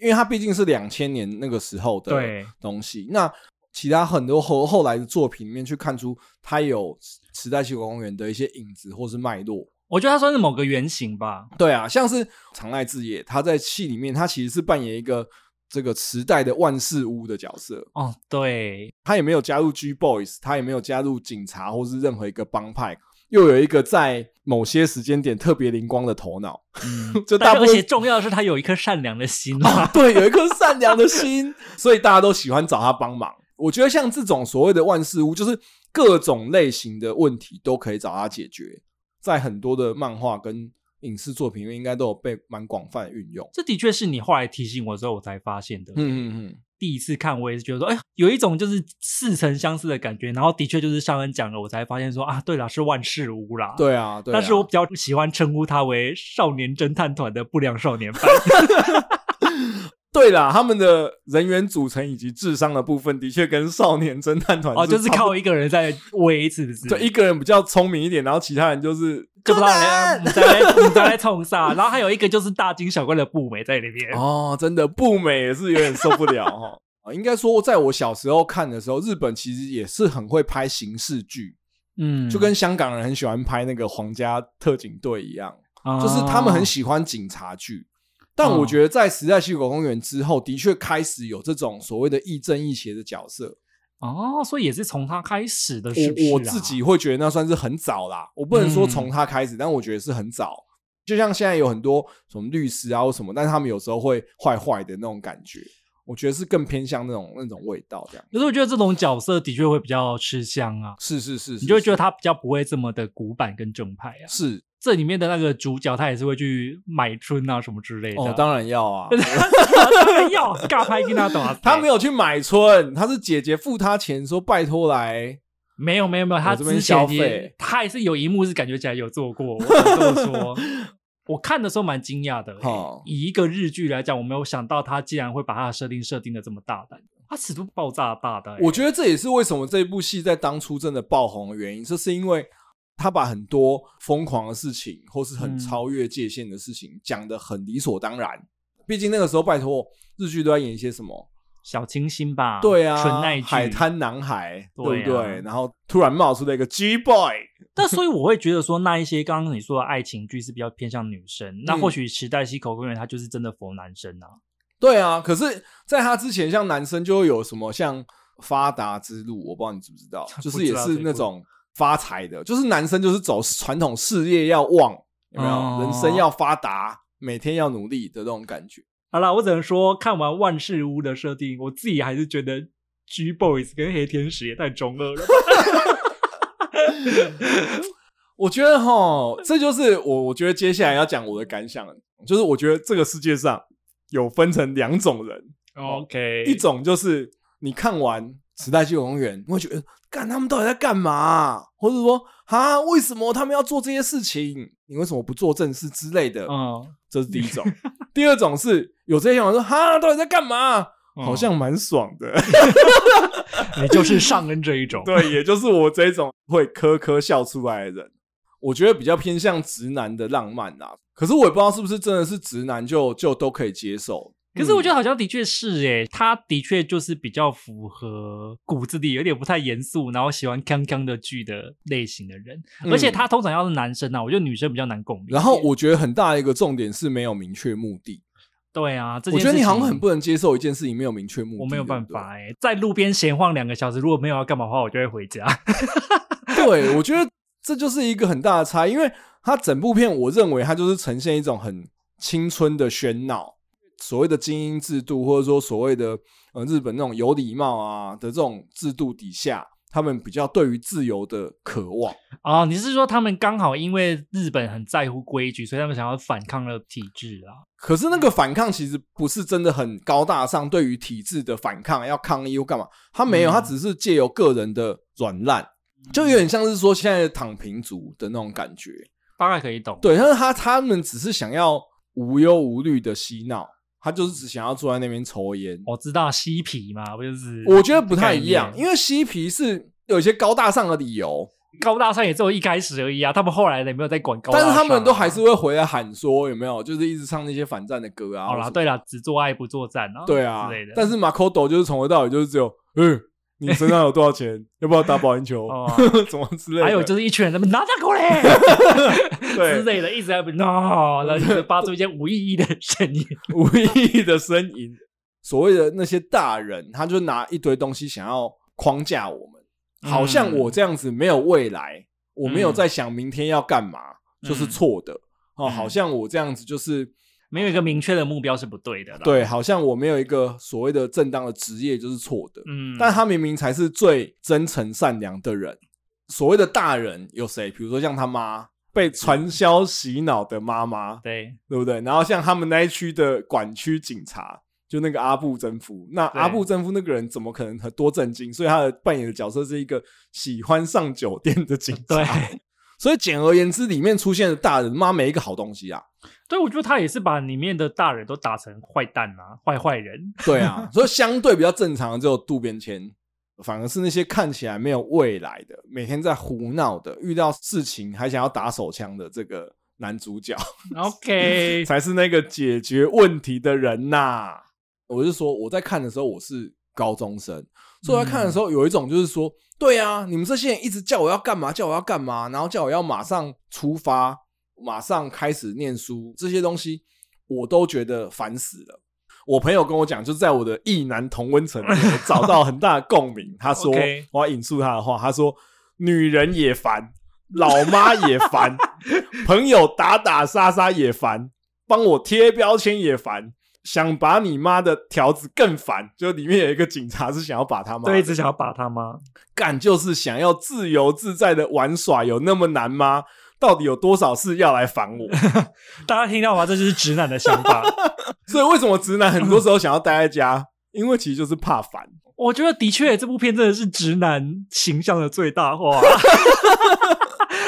因为他毕竟是两千年那个时候的
对
东西。那其他很多后后来的作品里面，去看出他有时代西口公园的一些影子或是脉络。
我觉得他算是某个原型吧。
对啊，像是长濑智也，他在戏里面他其实是扮演一个这个时代的万事屋的角色。
哦，对，
他也没有加入 G Boys，他也没有加入警察或是任何一个帮派，又有一个在某些时间点特别灵光的头脑，
嗯，
*laughs* 就
但
大
是
部
而且
分。
重要的是他有一颗善良的心
*laughs*
嘛。
对，有一颗善良
*laughs*
的心，所以大家都喜欢找他帮忙。我觉得像这种所谓的万事屋，就是各种类型的问题都可以找他解决，在很多的漫画跟影视作品里面，应该都有被蛮广泛的运用。
这的确是你后来提醒我之后，我才发现的。
嗯嗯嗯，
第一次看，我也是觉得说，哎、有一种就是似曾相识的感觉。然后的确就是上恩讲了，我才发现说啊，对啦，是万事屋啦。
对啊，对啊。
但是我比较喜欢称呼他为少年侦探团的不良少年
*laughs*
版。
对啦，他们的人员组成以及智商的部分，的确跟少年侦探团
哦，就是
差不多
靠一个人在威，是不是？
就一个人比较聪明一点，然后其他人就是
就不知道
柯南
你在来你在来冲啥。然后还有一个就是大惊小怪的步美在里面。
*laughs* 哦，真的不美也是有点受
*laughs*
不了哈。啊应该说，在我小时候看的时候，日本其实也是很会拍刑事剧，
嗯，
就跟香港人很喜欢拍那个皇家特警队一样，
哦
就是他们很喜欢警察剧。但
嗯
我觉得在《时代西口公园》之后，的确开始有这种所谓的亦正亦邪的角色。
哦，所以也是从他开始的，是不是、啊嗯
我我自己会觉得那算是很早啦，我不能说从他开始，但我觉得是很早。就像现在有很多什么律师啊或什么，但是他们有时候会坏坏的那种感觉，我觉得是更偏向那种那种味道这样。
可是我觉得这种角色的确会比较吃香啊，
是是是
你就会觉得他比较不会这么的古板跟正派啊。
是
这里面的那个主角他也是会去买春啊什么之类的。
哦，
*laughs*
当然要啊。
然要尬拍跟他懂啊，
*laughs* 他没有去买春，他是姐姐付他钱说拜托来，
没有没有没有，他
这边
之前
消
也
费
他也是有一幕是感觉起来有做过，我只能这么说。
*laughs*
我看的时候蛮惊讶的、欸
哦
以一个日剧来讲，我没有想到他竟然会把他的设定设定的这么大胆，他尺度爆炸大的、欸
我觉得这也是为什么这部戏在当初真的爆红的原因，这是因为他把很多疯狂的事情，或是很
嗯
超越界限的事情讲得很理所当然。毕竟那个时候，拜托日剧都在演一些什么，
小清新吧，
对啊，
纯爱剧 *laughs*
海。滩男孩，
对啊
对不对？然后突然冒出了一个 G boy，
但所以我会觉得说，那一些刚刚你说的爱情剧是比较偏向女生，那
嗯
或许《时代西口公园》它就是真的佛男生啊。，
对啊。可是在他之前，像男生就会有什么像发达之路，我不知道你知不知道
*laughs*
就是也
不知道
是那种发财的，就是男生就是走传统事业要旺，有没有？
哦
人生要发达，每天要努力的那种感觉。
好啦，我只能说，看完万事屋的设定，我自己还是觉得 G Boys 跟黑天使也太中二了。 *laughs*
我觉得哈，这就是我我觉得接下来要讲我的感想了，就是我觉得这个世界上有分成两种人，
哦 OK，
一种就是你看完时代西口公园，你会觉得干他们到底在干嘛、或者说啊，为什么他们要做这些事情？你为什么不做正事之类的？
嗯，
这是第一种。第二种是有这些想法说哈，到底在干嘛？好像蛮爽的。
嗯 *laughs*
*laughs*
你就是上恩这一种，
对，也就是我这种会咳咳笑出来的人，我觉得比较偏向直男的浪漫啦、可是我也不知道是不是真的是直男就就都可以接受。
可是我觉
得、
得好像的确是诶、他的确就是比较符合骨子里有点不太严肃，然后喜欢康康的剧的类型的人，
嗯
而且他通常要是男生啊，我觉得女生比较难共鸣。
然后我觉得很大一个重点是没有明确目的。
对啊，这
我
件
觉得你
事
好像
情
很不能接受一件事情没有明确目的。
我没有办
对
*laughs*
不对
法诶、在路边闲晃两个小时，如果没有要干嘛的话，我就会回家。
对，我觉得这就是一个很大的差异，因为它整部片，我认为它就是呈现一种很青春的喧闹，所谓的精英制度，或者说所谓的呃日本那种有礼貌啊的这种制度底下，他们比较对于自由的渴望。
哦，你是说他们刚好因为日本很在乎规矩，所以他们想要反抗了体制啊？
可是那个反抗其实不是真的很高大上，对于体制的反抗要抗议或干嘛，他没有，
嗯
他只是借由个人的软烂，就有点像是说现在的躺平族的那种感觉。
大概可以懂。
对，但是他他们只是想要无忧无虑的嬉闹，他就是只想要坐在那边抽烟。
我知道嬉皮嘛，不就是？
我觉得不太一样，因
为
为嬉皮是有一些高大上的理由，
高大上也只有一开始而已啊，他们后来也没有再管高大
但
上啊、
是他们都还是会回来喊说有没有，就是一直唱那些反战的歌啊。
好
或
啦，
什么
对啦，只做爱不做战啊，
对啊
之类的。，
但是马 d 斗就是从头到尾就是只有，嗯，你身上有多少钱？要不要打保龄球 *laughs*
哦？
怎么之类的？
还有就是一群人在那边拿那过来之
对
类的，一直在那边 no，然后一直发出一些无意义的声音。 *laughs*
无意义的呻吟。所谓的那些大人，他就拿一堆东西想要框架我们，好像
嗯
我这样子没有未来，我没有在想明天要干嘛，
嗯
就是错的哦。
嗯
好像我这样子就是
没有一个明确的目标是不对的啦。，
对，好像我没有一个所谓的正当的职业就是错的。
嗯，
但他明明才是最真诚善良的人。所谓的大人有谁？比如说像他妈被传销洗脑的妈妈，
对
对不对？然后像他们那一区的管区警察，就那个阿布征服，那
对
阿布征服那个人怎么可能很多震惊？所以他的扮演的角色是一个喜欢上酒店的警
*laughs*
察。
对，
所以简而言之，里面出现的大人妈没一个好东西啊。
对，我觉得他也是把里面的大人都打成坏蛋啊，坏坏 *laughs* 人。
对啊，所以相对比较正常的只有渡边谦，反而是那些看起来没有未来的，每天在胡闹的，遇到事情还想要打手枪的这个男主角，
OK， *laughs*
才是那个解决问题的人呐、我是说，我在看的时候我是高中生，所以我在看的时候有一种就是说，对啊，你们这些人一直叫我要干嘛，叫我要干嘛，然后叫我要马上出发，马上开始念书，这些东西我都觉得烦死了。我朋友跟我讲，就是在我的意男同温层里面，我找到很大的共鸣。他说
OK
我要引述他的话，他说：“女人也烦，老妈也烦，朋友打打杀杀也烦，帮我贴标签也烦，想把你妈的条子更烦。”就里面有一个警察是想要把他妈
对，只想要把他吗？
干，就是想要自由自在的玩耍，有那么难吗？到底有多少事要来烦我？
大家听到吗？这就是直男的想法。 *laughs*
所以为什么直男很多时候想要待在家？因为其实就是怕烦。
我觉得的确，这部片真的是直男形象的最大化。 *laughs*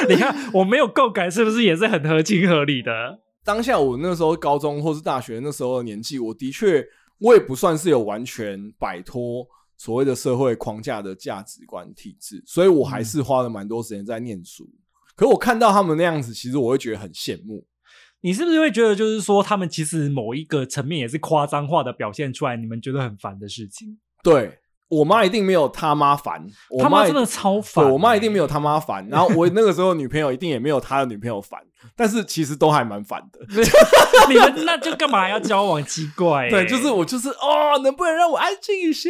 你看，我没有共感，是不是也是很合情合理的？
当下我那时候高中或是大学那时候的年纪，我的确我也不算是有完全摆脱所谓的社会框架的价值观体制，所以我还是花了蛮多时间在念书。可我看到他们那样子，其实我会觉得很羡慕。
你是不是会觉得，就是说，他们其实某一个层面也是夸张化的表现出来，你们觉得很烦的事情？
对我妈一定没有他妈烦，我
他妈
一
真的超烦、欸
对我妈一定没有他妈烦，然后我那个时候女朋友一定也没有她的女朋友烦， *laughs* 但是其实都还蛮烦的。
*laughs* 你们那就干嘛还要交往？奇怪、欸，
*laughs* 对，就是我就是哦，能不能让我安静一下？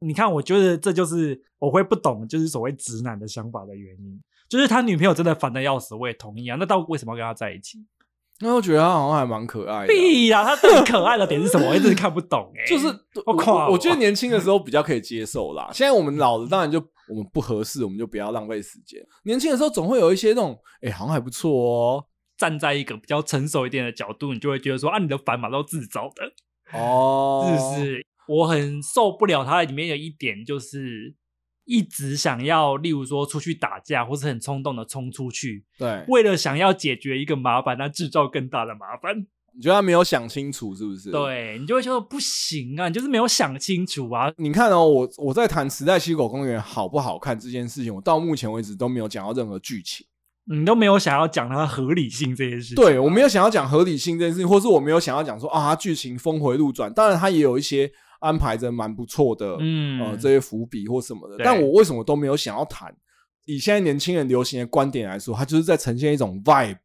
你看，我觉得这就是我会不懂，就是所谓直男的想法的原因。就是他女朋友真的烦的要死，我也同意啊。那到底为什么要跟他在一起？
然后我觉得她好像还蛮可爱的，
屁呀、他最可爱的点是什么？我一直看不懂哎、
啊 *laughs* 就是我
夸
我
我
我觉得年轻的时候比较可以接受啦。现在我们老了，当然就我们不合适，我们就不要浪费时间。年轻的时候总会有一些那种，哎、好像还不错哦，
站在一个比较成熟一点的角度，你就会觉得说啊，你的烦嘛都自找的，
哦，
是不是？我很受不了它里面有一点就是。一直想要，例如说出去打架，或是很冲动的冲出去，
对，
为了想要解决一个麻烦，那制造更大的麻烦。
你觉得他没有想清楚是不是？。
对你就会觉得不行啊，你就是没有想清楚啊。
你看哦，我我在谈《时代西口公园》好不好看这件事情，我到目前为止都没有讲到任何剧情。
你都没有想要讲它的合理性这件事情。
对哦我没有想要讲合理性这件事情，或是我没有想要讲说啊，它剧情峰回路转。当然，它也有一些安排着蛮不错的，
嗯
呃，这些伏笔或什么的。
对
但我为什么都没有想要谈？以现在年轻人流行的观点来说，它就是在呈现一种 vibe，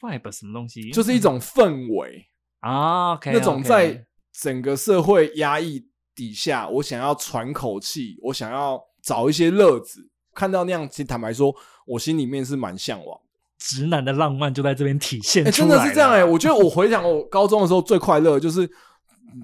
vibe 什么东西，
就是一种氛围，
啊，OK，
那种在整个社会压抑底下，我想要喘口气，我想要找一些乐子。看到那样，其实坦白说，我心里面是蛮向往的。
直男的浪漫就在这边体现
哎、
出
真
来、
的是这样哎、我觉得我回想我高中的时候最快乐的就是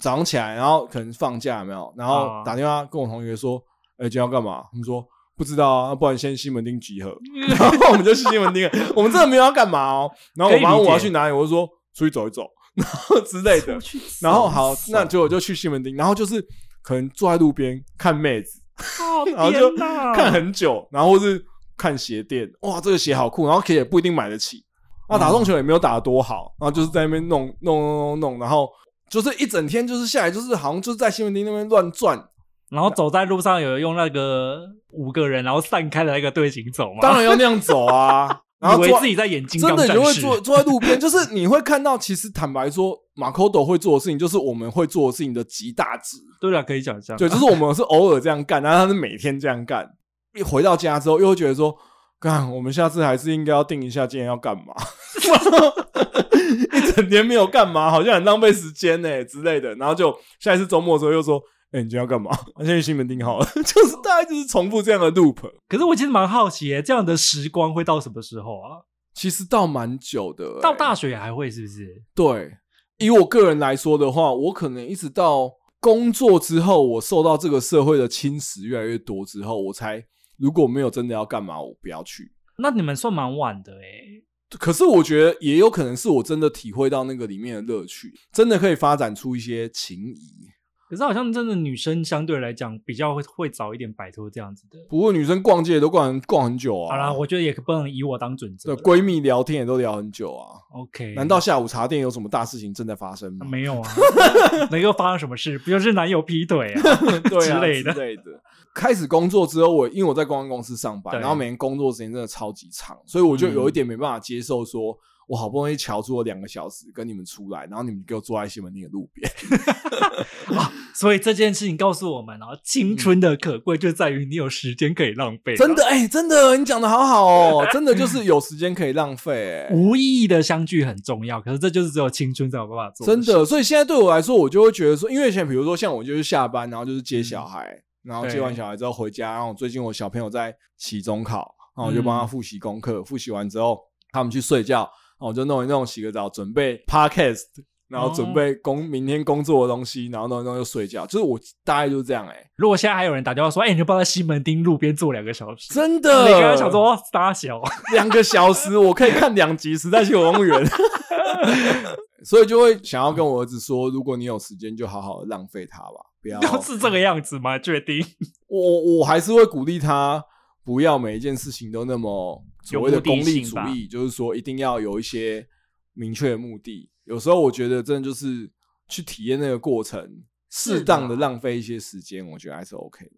早上起来，然后可能放假有没有，然后
啊
打电话跟我同学说，哎、今天要干嘛？他们说不知道啊，不然先西门町集合， *laughs* 然后我们就去西门町了，我们真的没有要干嘛哦。然后我妈
可以理
问我
解
要去哪里，我就说出去走一走，然后之类的
出。去
然后好
走，走
那结果就去西门町，然后就是可能坐在路边看妹子， *laughs*
哦
然后就
天哪
看很久，然后或是看鞋店，哇，这个鞋好酷，然后可以也不一定买得起。那打撞球也没有打得多
嗯
好，然后就是在那边弄弄弄弄弄，然后就是一整天就是下来，就是好像就是在西门町那边乱转。
然后走在路上有用那个五个人，然后散开的那个队形走嘛，
当然要那样走
*laughs*
啊，然后
以为
坐
自己在演金
真
刚
的
战
你就会
士，
坐坐在路边，就是你会看到，其实坦白说，马可斗会做的事情，就是我们会做的事情的极大值。
对啊了，可以想象，
*laughs* 对，就是我们是偶尔这样干，然后他是每天这样干。一回到家之后，又会觉得说，干，我们下次还是应该要定一下今天要干嘛。 *laughs* 一整天没有干嘛，好像很浪费时间呢、之类的。然后就下一次周末的时候又说，哎、你今天要干嘛？先去西门町好了。 *laughs* 就是大概就是重复这样的 loop。
可是我其实蛮好奇、耶，这样的时光会到什么时候啊？
其实倒蛮久的欸、
到大学还会是不是？
对，以我个人来说的话，我可能一直到工作之后，我受到这个社会的侵蚀越来越多之后，我才如果没有真的要干嘛，我不要去。
那你们算蛮晚的哎、
可是我觉得也有可能是我真的体会到那个里面的乐趣，真的可以发展出一些情谊。
可是好像真的女生相对来讲比较会会早一点摆脱这样子的。
不过女生逛街也都逛很逛很久啊，
好啦，我觉得也不能以我当准则
对
啦。
闺蜜聊天也都聊很久啊。
OK，
难道下午茶店有什么大事情正在发生吗？
没有啊？ *laughs* 能够发生什么事？不就是男友劈腿啊 *laughs*
对
之
啊
类的？
之类的。开始工作之后，我因为我在公关公司上班，
对嗯
然后每天工作时间真的超级长，所以我就有一点没办法接受说。我好不容易瞧出了两个小时跟你们出来，然后你们给我坐在西门町的路边，
所以这件事情告诉我们啊，青春的可贵就在于你有时间可以浪费，
真的哎、真的，你讲的好好哦，真的就是有时间可以浪费、哎
无意义的相聚很重要。可是这就是只有青春才有办法做，
真。的。所以现在对我来说，我就会觉得说，因为以前比如说像我就是下班，然后就是接小孩，
嗯
然后接
对
完小孩之后回家，然后最近我小朋友在期中考，然后我就帮他
嗯
复习功课，复习完之后他们去睡觉，然后我就弄一弄，洗个澡，准备 podcast，然后准
哦
备工、明天工作的东西，然后弄一弄就睡觉，就是我大概就是这样哎、欸，
如果现在还有人打电话说，哎、你就帮在西门町路边坐两个小时，
真的。
你刚刚想说哦大小，
两个小时，我可以看两集《时代秀
*laughs*
公园》，所以就会想要跟我儿子说，如果你有时间，就好好的浪费它吧，
*laughs*
不要。
都是这个样子吗？ *laughs* 确定？
我我还是会鼓励他，不要每一件事情都那么所谓的功利主
有目的
义，就是说一定要有一些明确的目的。有时候我觉得真的就是去体验那个过程，
是的
适当的浪费一些时间，我觉得还是 OK 的。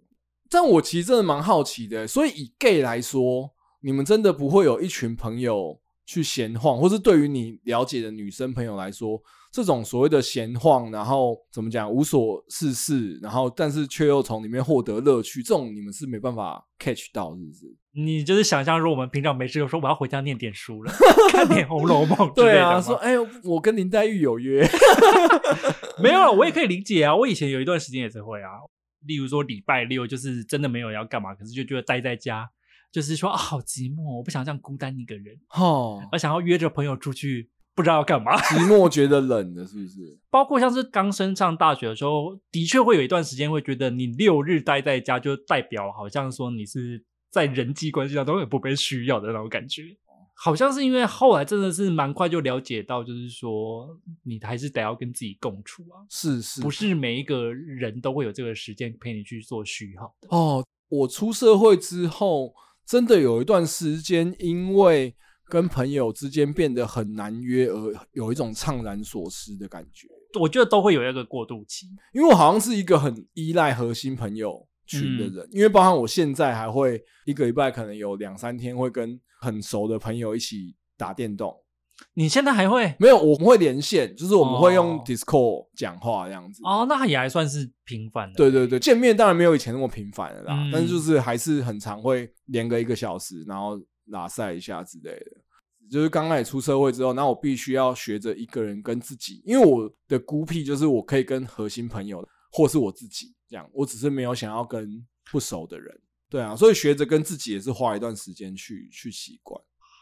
但我其实真的蛮好奇的，所以以 gay 来说，你们真的不会有一群朋友去闲晃，或是对于你了解的女生朋友来说，这种所谓的闲晃，然后怎么讲无所事事，然后但是却又从里面获得乐趣，这种你们是没办法 catch 到，是不是？
你就是想象，如果我们平常没事，就说我要回家念点书了， *laughs* 看点《红楼梦》之类
对
的吗。
啊，说哎、我跟林黛玉有约，
没有啊，我也可以理解啊。我以前有一段时间也是会啊，例如说礼拜六就是真的没有要干嘛，可是就觉得待在家，就是说啊好寂寞，我不想这样孤单一个人，
哦，
而想要约着朋友出去，不知道要干嘛。 *laughs*
寂寞觉得冷了，是不是？
包括像是刚升上大学的时候，的确会有一段时间会觉得你六日待在家，就代表好像说你是在人际关系当中很不被需要的那种感觉。好像是因为后来真的是蛮快就了解到，就是说你还是得要跟自己共处啊，
是是，
不是每一个人都会有这个时间陪你去做虚耗的。
哦，我出社会之后，真的有一段时间，因为跟朋友之间变得很难约，而有一种怅然所失的感觉。
我觉得都会有一个过渡期，
因为我好像是一个很依赖核心朋友群的人，因为包含我现在还会一个礼拜可能有两三天会跟很熟的朋友一起打电动。
你现在还会
没有，我们会连线，就是我们会用
哦
Discord 讲话这样子。
哦，那也还算是频繁的。
对对对，见面当然没有以前那么频繁了啦，
嗯
但是就是还是很常会连个一个小时，然后拉塞一下之类的。就是刚开始出社会之后，那我必须要学着一个人跟自己，因为我的孤僻就是我可以跟核心朋友或是我自己这样，我只是没有想要跟不熟的人。对啊，所以学着跟自己也是花一段时间去去习惯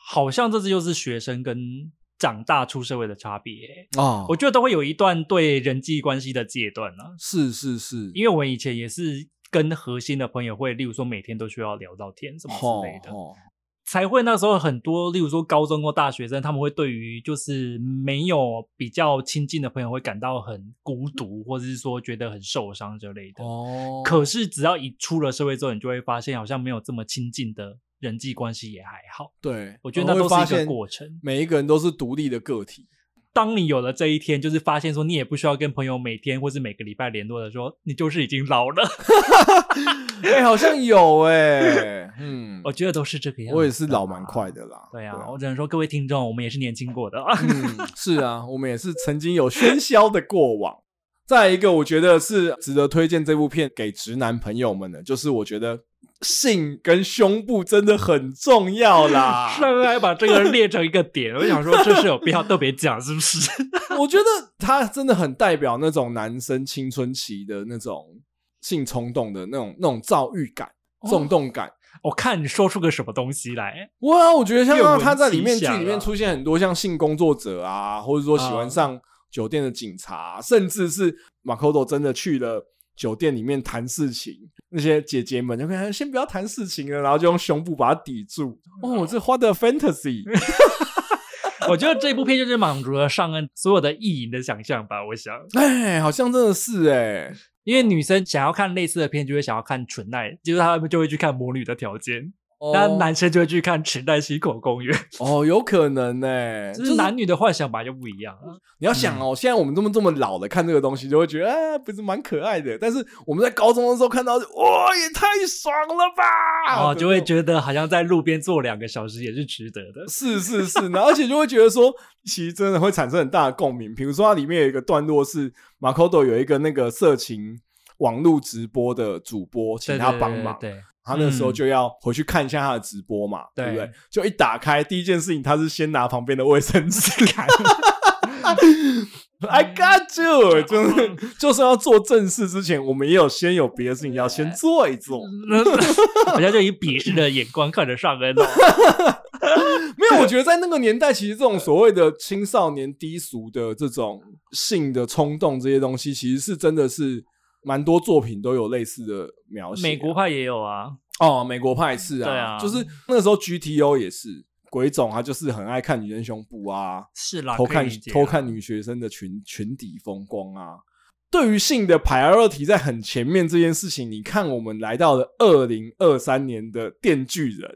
好像这次就是学生跟长大出社会的差别欸、
啊
我觉得都会有一段对人际关系的戒断啊。
是是是，
因为我以前也是跟核心的朋友会，例如说每天都需要聊到天什么之类的，
哦
才会那时候很多，例如说高中或大学生，他们会对于就是没有比较亲近的朋友会感到很孤独，或者是说觉得很受伤之类的。
哦，
啊可是只要一出了社会之后，你就会发现好像没有这么亲近的人际关系也还好。
对，
我觉得那都
哦会发
是一个
现
过程。
每一个人都是独立的个体。
当你有了这一天，就是发现说你也不需要跟朋友每天或是每个礼拜联络的时候，你就是已经老了。 *laughs*
*laughs* 哎、好像有哎、
哦
嗯，
我觉得都是这个样子。
我也是老蛮快。的啦。
啊对
*laughs*
啊，我只能说各位听众，我们也是年轻过的啊。
嗯，是啊，我们也是曾经有喧嚣的过往。再一个，我觉得是值得推荐这部片给直男朋友们的，就是我觉得性跟胸部真的很重要
*laughs*
啦。
上来把这个列成一个点，我想说这是有必要特别讲，是不是？ *laughs*
我觉得它真的很代表那种男生青春期的那种性冲动的那种那种躁郁感、
哦
冲动感。
我看你说出个什么东西来，
哇，啊我觉得像他在里面
愿闻其
剧
详啊
里面出现很多像性工作者啊，或者说喜欢上酒店的警察啊、甚至是马可多真的去了酒店里面谈事情，那些姐姐们就跟他先不要谈事情了，然后就用胸部把它抵住。哦，这花的 fantasy，
我觉得这部片就是满足了上恩所有的意淫的想象吧。我想，
哎，好像真的是哎、
因为女生想要看类似的片，就会想要看纯爱，就是他们就会去看《魔女的条件》那
哦
男生就会去看《池袋西口公园》，
哦，有可能哎、
就
就是是
男女的幻想吧就不一样了。
你要想哦，现在我们这么这么老的看这个东西，就会觉得啊，不是蛮可爱的。但是我们在高中的时候看到，哇，也太爽了吧！
哦，就会
觉。
觉得好像在路边坐两个小时也是值得的。
是是是，然后而且就会觉得说，其实真的会产生很大的共鸣。比如说，它里面有一个段落是马可多有一个那个色情网络直播的主播，请
对
他
对
帮
对
忙，
对 *laughs* 对
他那时候
嗯
就要回去看一下他的直播嘛，对不
对
对？就一打开第一件事情，他是先拿旁边的卫生
*laughs*
纸看。I got
嗯
you，就是 *laughs* 就算要做正事之前，我们也有先有别的事情要先做一做。
人家就以鄙视的眼光看着上恩
*laughs*
哦。
啊没有，我觉得在那个年代，其实这种所谓的青少年低俗的这种性的冲动这些东西，其实是真的是蛮多作品都有类似的描写。
美国派也有啊，
哦，美国派是
对
啊，
啊
就是那时候 GTO 也是鬼冢，他就是很爱看女人胸部啊，
是啦，
偷
可以
看
理解啊
偷看女学生的裙裙底风光啊。对于性的 priority 在很前面这件事情，你看我们来到了二零二三年的电锯人，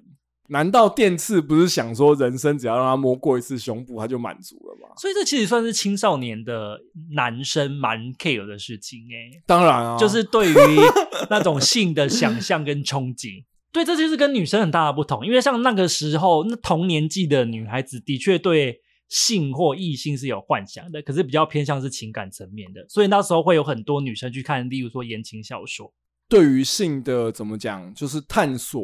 难道电次不是想说人生只要让他摸过一次胸部他就满足了吗？
所以这其实算是青少年的男生蛮 care 的事情哎、
当然啊，
就是对
*laughs*
于那种性的想象跟憧憬。对，这就是跟女生很大的不同，因为像那个时候，那同年纪的女孩子的确对性或异性是有幻想的，可是比较偏向是情感层面的，所以那时候会有很多女生去看，例如说言情小说。
对于性的怎么讲，就是探索。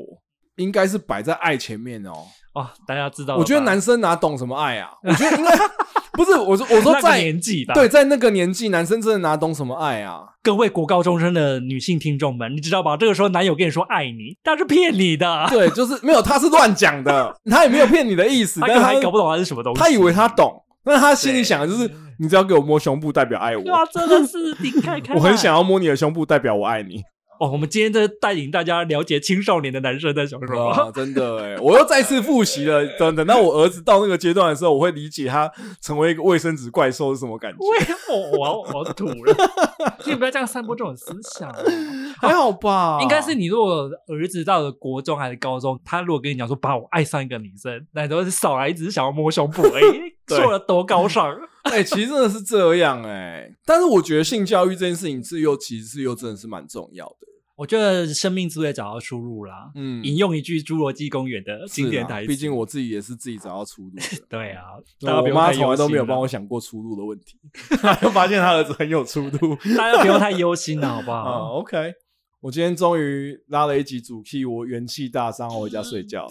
应该是摆在爱前面哦，
哦，大家知道了吧，
我觉得男生哪懂什么爱啊？我觉得应该 *laughs* 不是，我说我说
那个
在
年纪吧，
对，在那个年纪，男生真的哪懂什么爱啊？
各位国高中生的女性听众们，你知道吧？这个时候男友跟你说爱你，他是骗你的，
*laughs* 对，就是没有，他是乱讲的，他也没有骗你的意思，
他
但
根
是
本
他
还搞不懂他是什么东西。
他以为他懂，但是他心里想的就是
对，啊
你只要给我摸胸部，代表爱我， *laughs*
哇，真的是你看看，
我很想要摸你的胸部，代表我爱你。
哦，我们今天在带领大家了解青少年的男生在想什么。 *laughs*
哇，真的哎，我又再次复习了。等等到我儿子到那个阶段的时候，我会理解他成为一个卫生纸怪兽是什么感觉。
喂，我我要我要吐
*laughs*
了！你不要这样散播这种思想、
还好吧？
*laughs* 应该是你如果儿子到了国中还是高中，他如果跟你讲说“爸，我爱上一个女生”，那你都是少来，只是想要摸胸部而已，
*laughs* 对
做了多高尚。
哎、其实真的是这样哎、但是我觉得性教育这件事情是又其实是又真的是蛮重要的。
我觉得生命之也找到出路啦。
嗯，
引用一句《侏罗纪公园》的
是
经典
啦
台词，。
毕竟我自己也是自己找到出路的
对啊，大家
我
不用
妈
太
从来
忧
都没
心
有
啦
帮我，想过出路的问题， *laughs* 就发现她儿子很有出 *laughs* 路
*laughs* 大家不用太忧心了，好不
啊。 *laughs*
好？
OK，我今天终于拉了一集主 key，我元气大伤，我回家睡觉。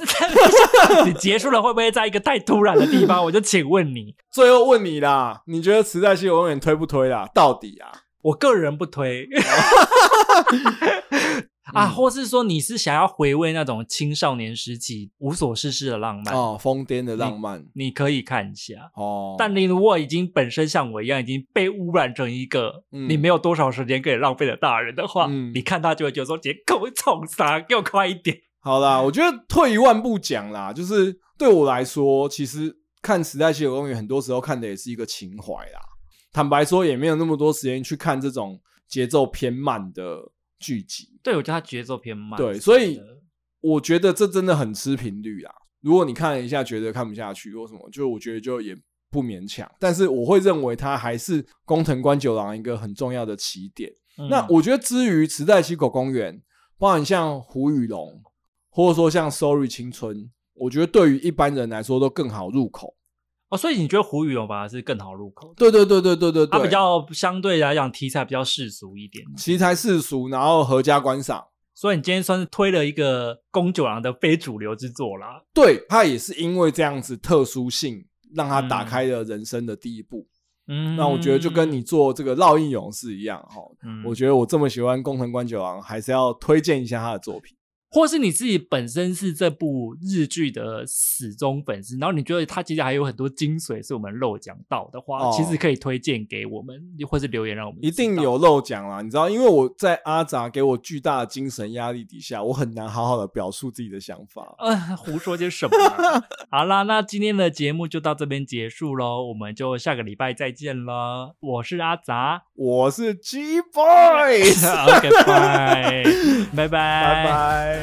你结束了会不会在一个太突然的地方？我就请问
*laughs*
你，
最后问你啦，你觉得磁带戏永远推不推啦？到底啊？
我个人不
*laughs*
推。啊，
嗯
或是说你是想要回味那种青少年时期无所事事的浪漫，
哦，疯癫的浪漫
你可以看一下。
哦，
但你如果已经本身像我一样已经被污染成一个、
嗯
你没有多少时间可以浪费的大人的话，
嗯
你看他就会觉得说：“姐，狗冲啥？给我快一点
好啦，我觉得退一万步讲啦，就是对我来说，其实看《时代西游公园》很多时候看的也是一个情怀啦。坦白说，也没有那么多时间去看这种节奏偏慢的剧集！”。
对，我觉得他节奏偏慢。
对所以
真的
我觉得这真的很吃频率啦。如果你看了一下觉得看不下去或什么，就我觉得就也不勉强。但是我会认为它还是工藤官九郎一个很重要的起点。那
嗯
我觉得之于池袋西口公园，包含像胡宇龙，或者说像 Sorry 青春，我觉得对于一般人来说都更好入口。
哦，所以你觉得胡宇龙反而是更好入口的？
对对对对对对
他
对，
比较相对来讲题材比较世俗一点，
奇才世俗，然后合家观赏。
所以你今天算是推了一个宫九郎的非主流之作啦。
对他也是因为这样子特殊性，让他打
嗯
开了人生的第一步。
嗯，
那我觉得就跟你做这个烙印勇士一样哈。
嗯，
我觉得我这么喜欢工藤官九郎，还是要推荐一下他的作品。
或是你自己本身是这部日剧的死忠粉丝，然后你觉得它其实还有很多精髓是我们漏讲到的话，
哦
其实可以推荐给我们，或是留言让我们
一定
知道。
有漏讲啦，你知道，因为我在阿杂给我巨大的精神压力底下，我很难好好的表述自己的想法。
呃， *laughs* 胡说些什么啊、 *laughs* 好啦，那今天的节目就到这边结束喽，我们就下个礼拜再见了。我是阿 *laughs* 杂
我是 G Boy，
*laughs* ，OK，拜，拜拜，
拜拜。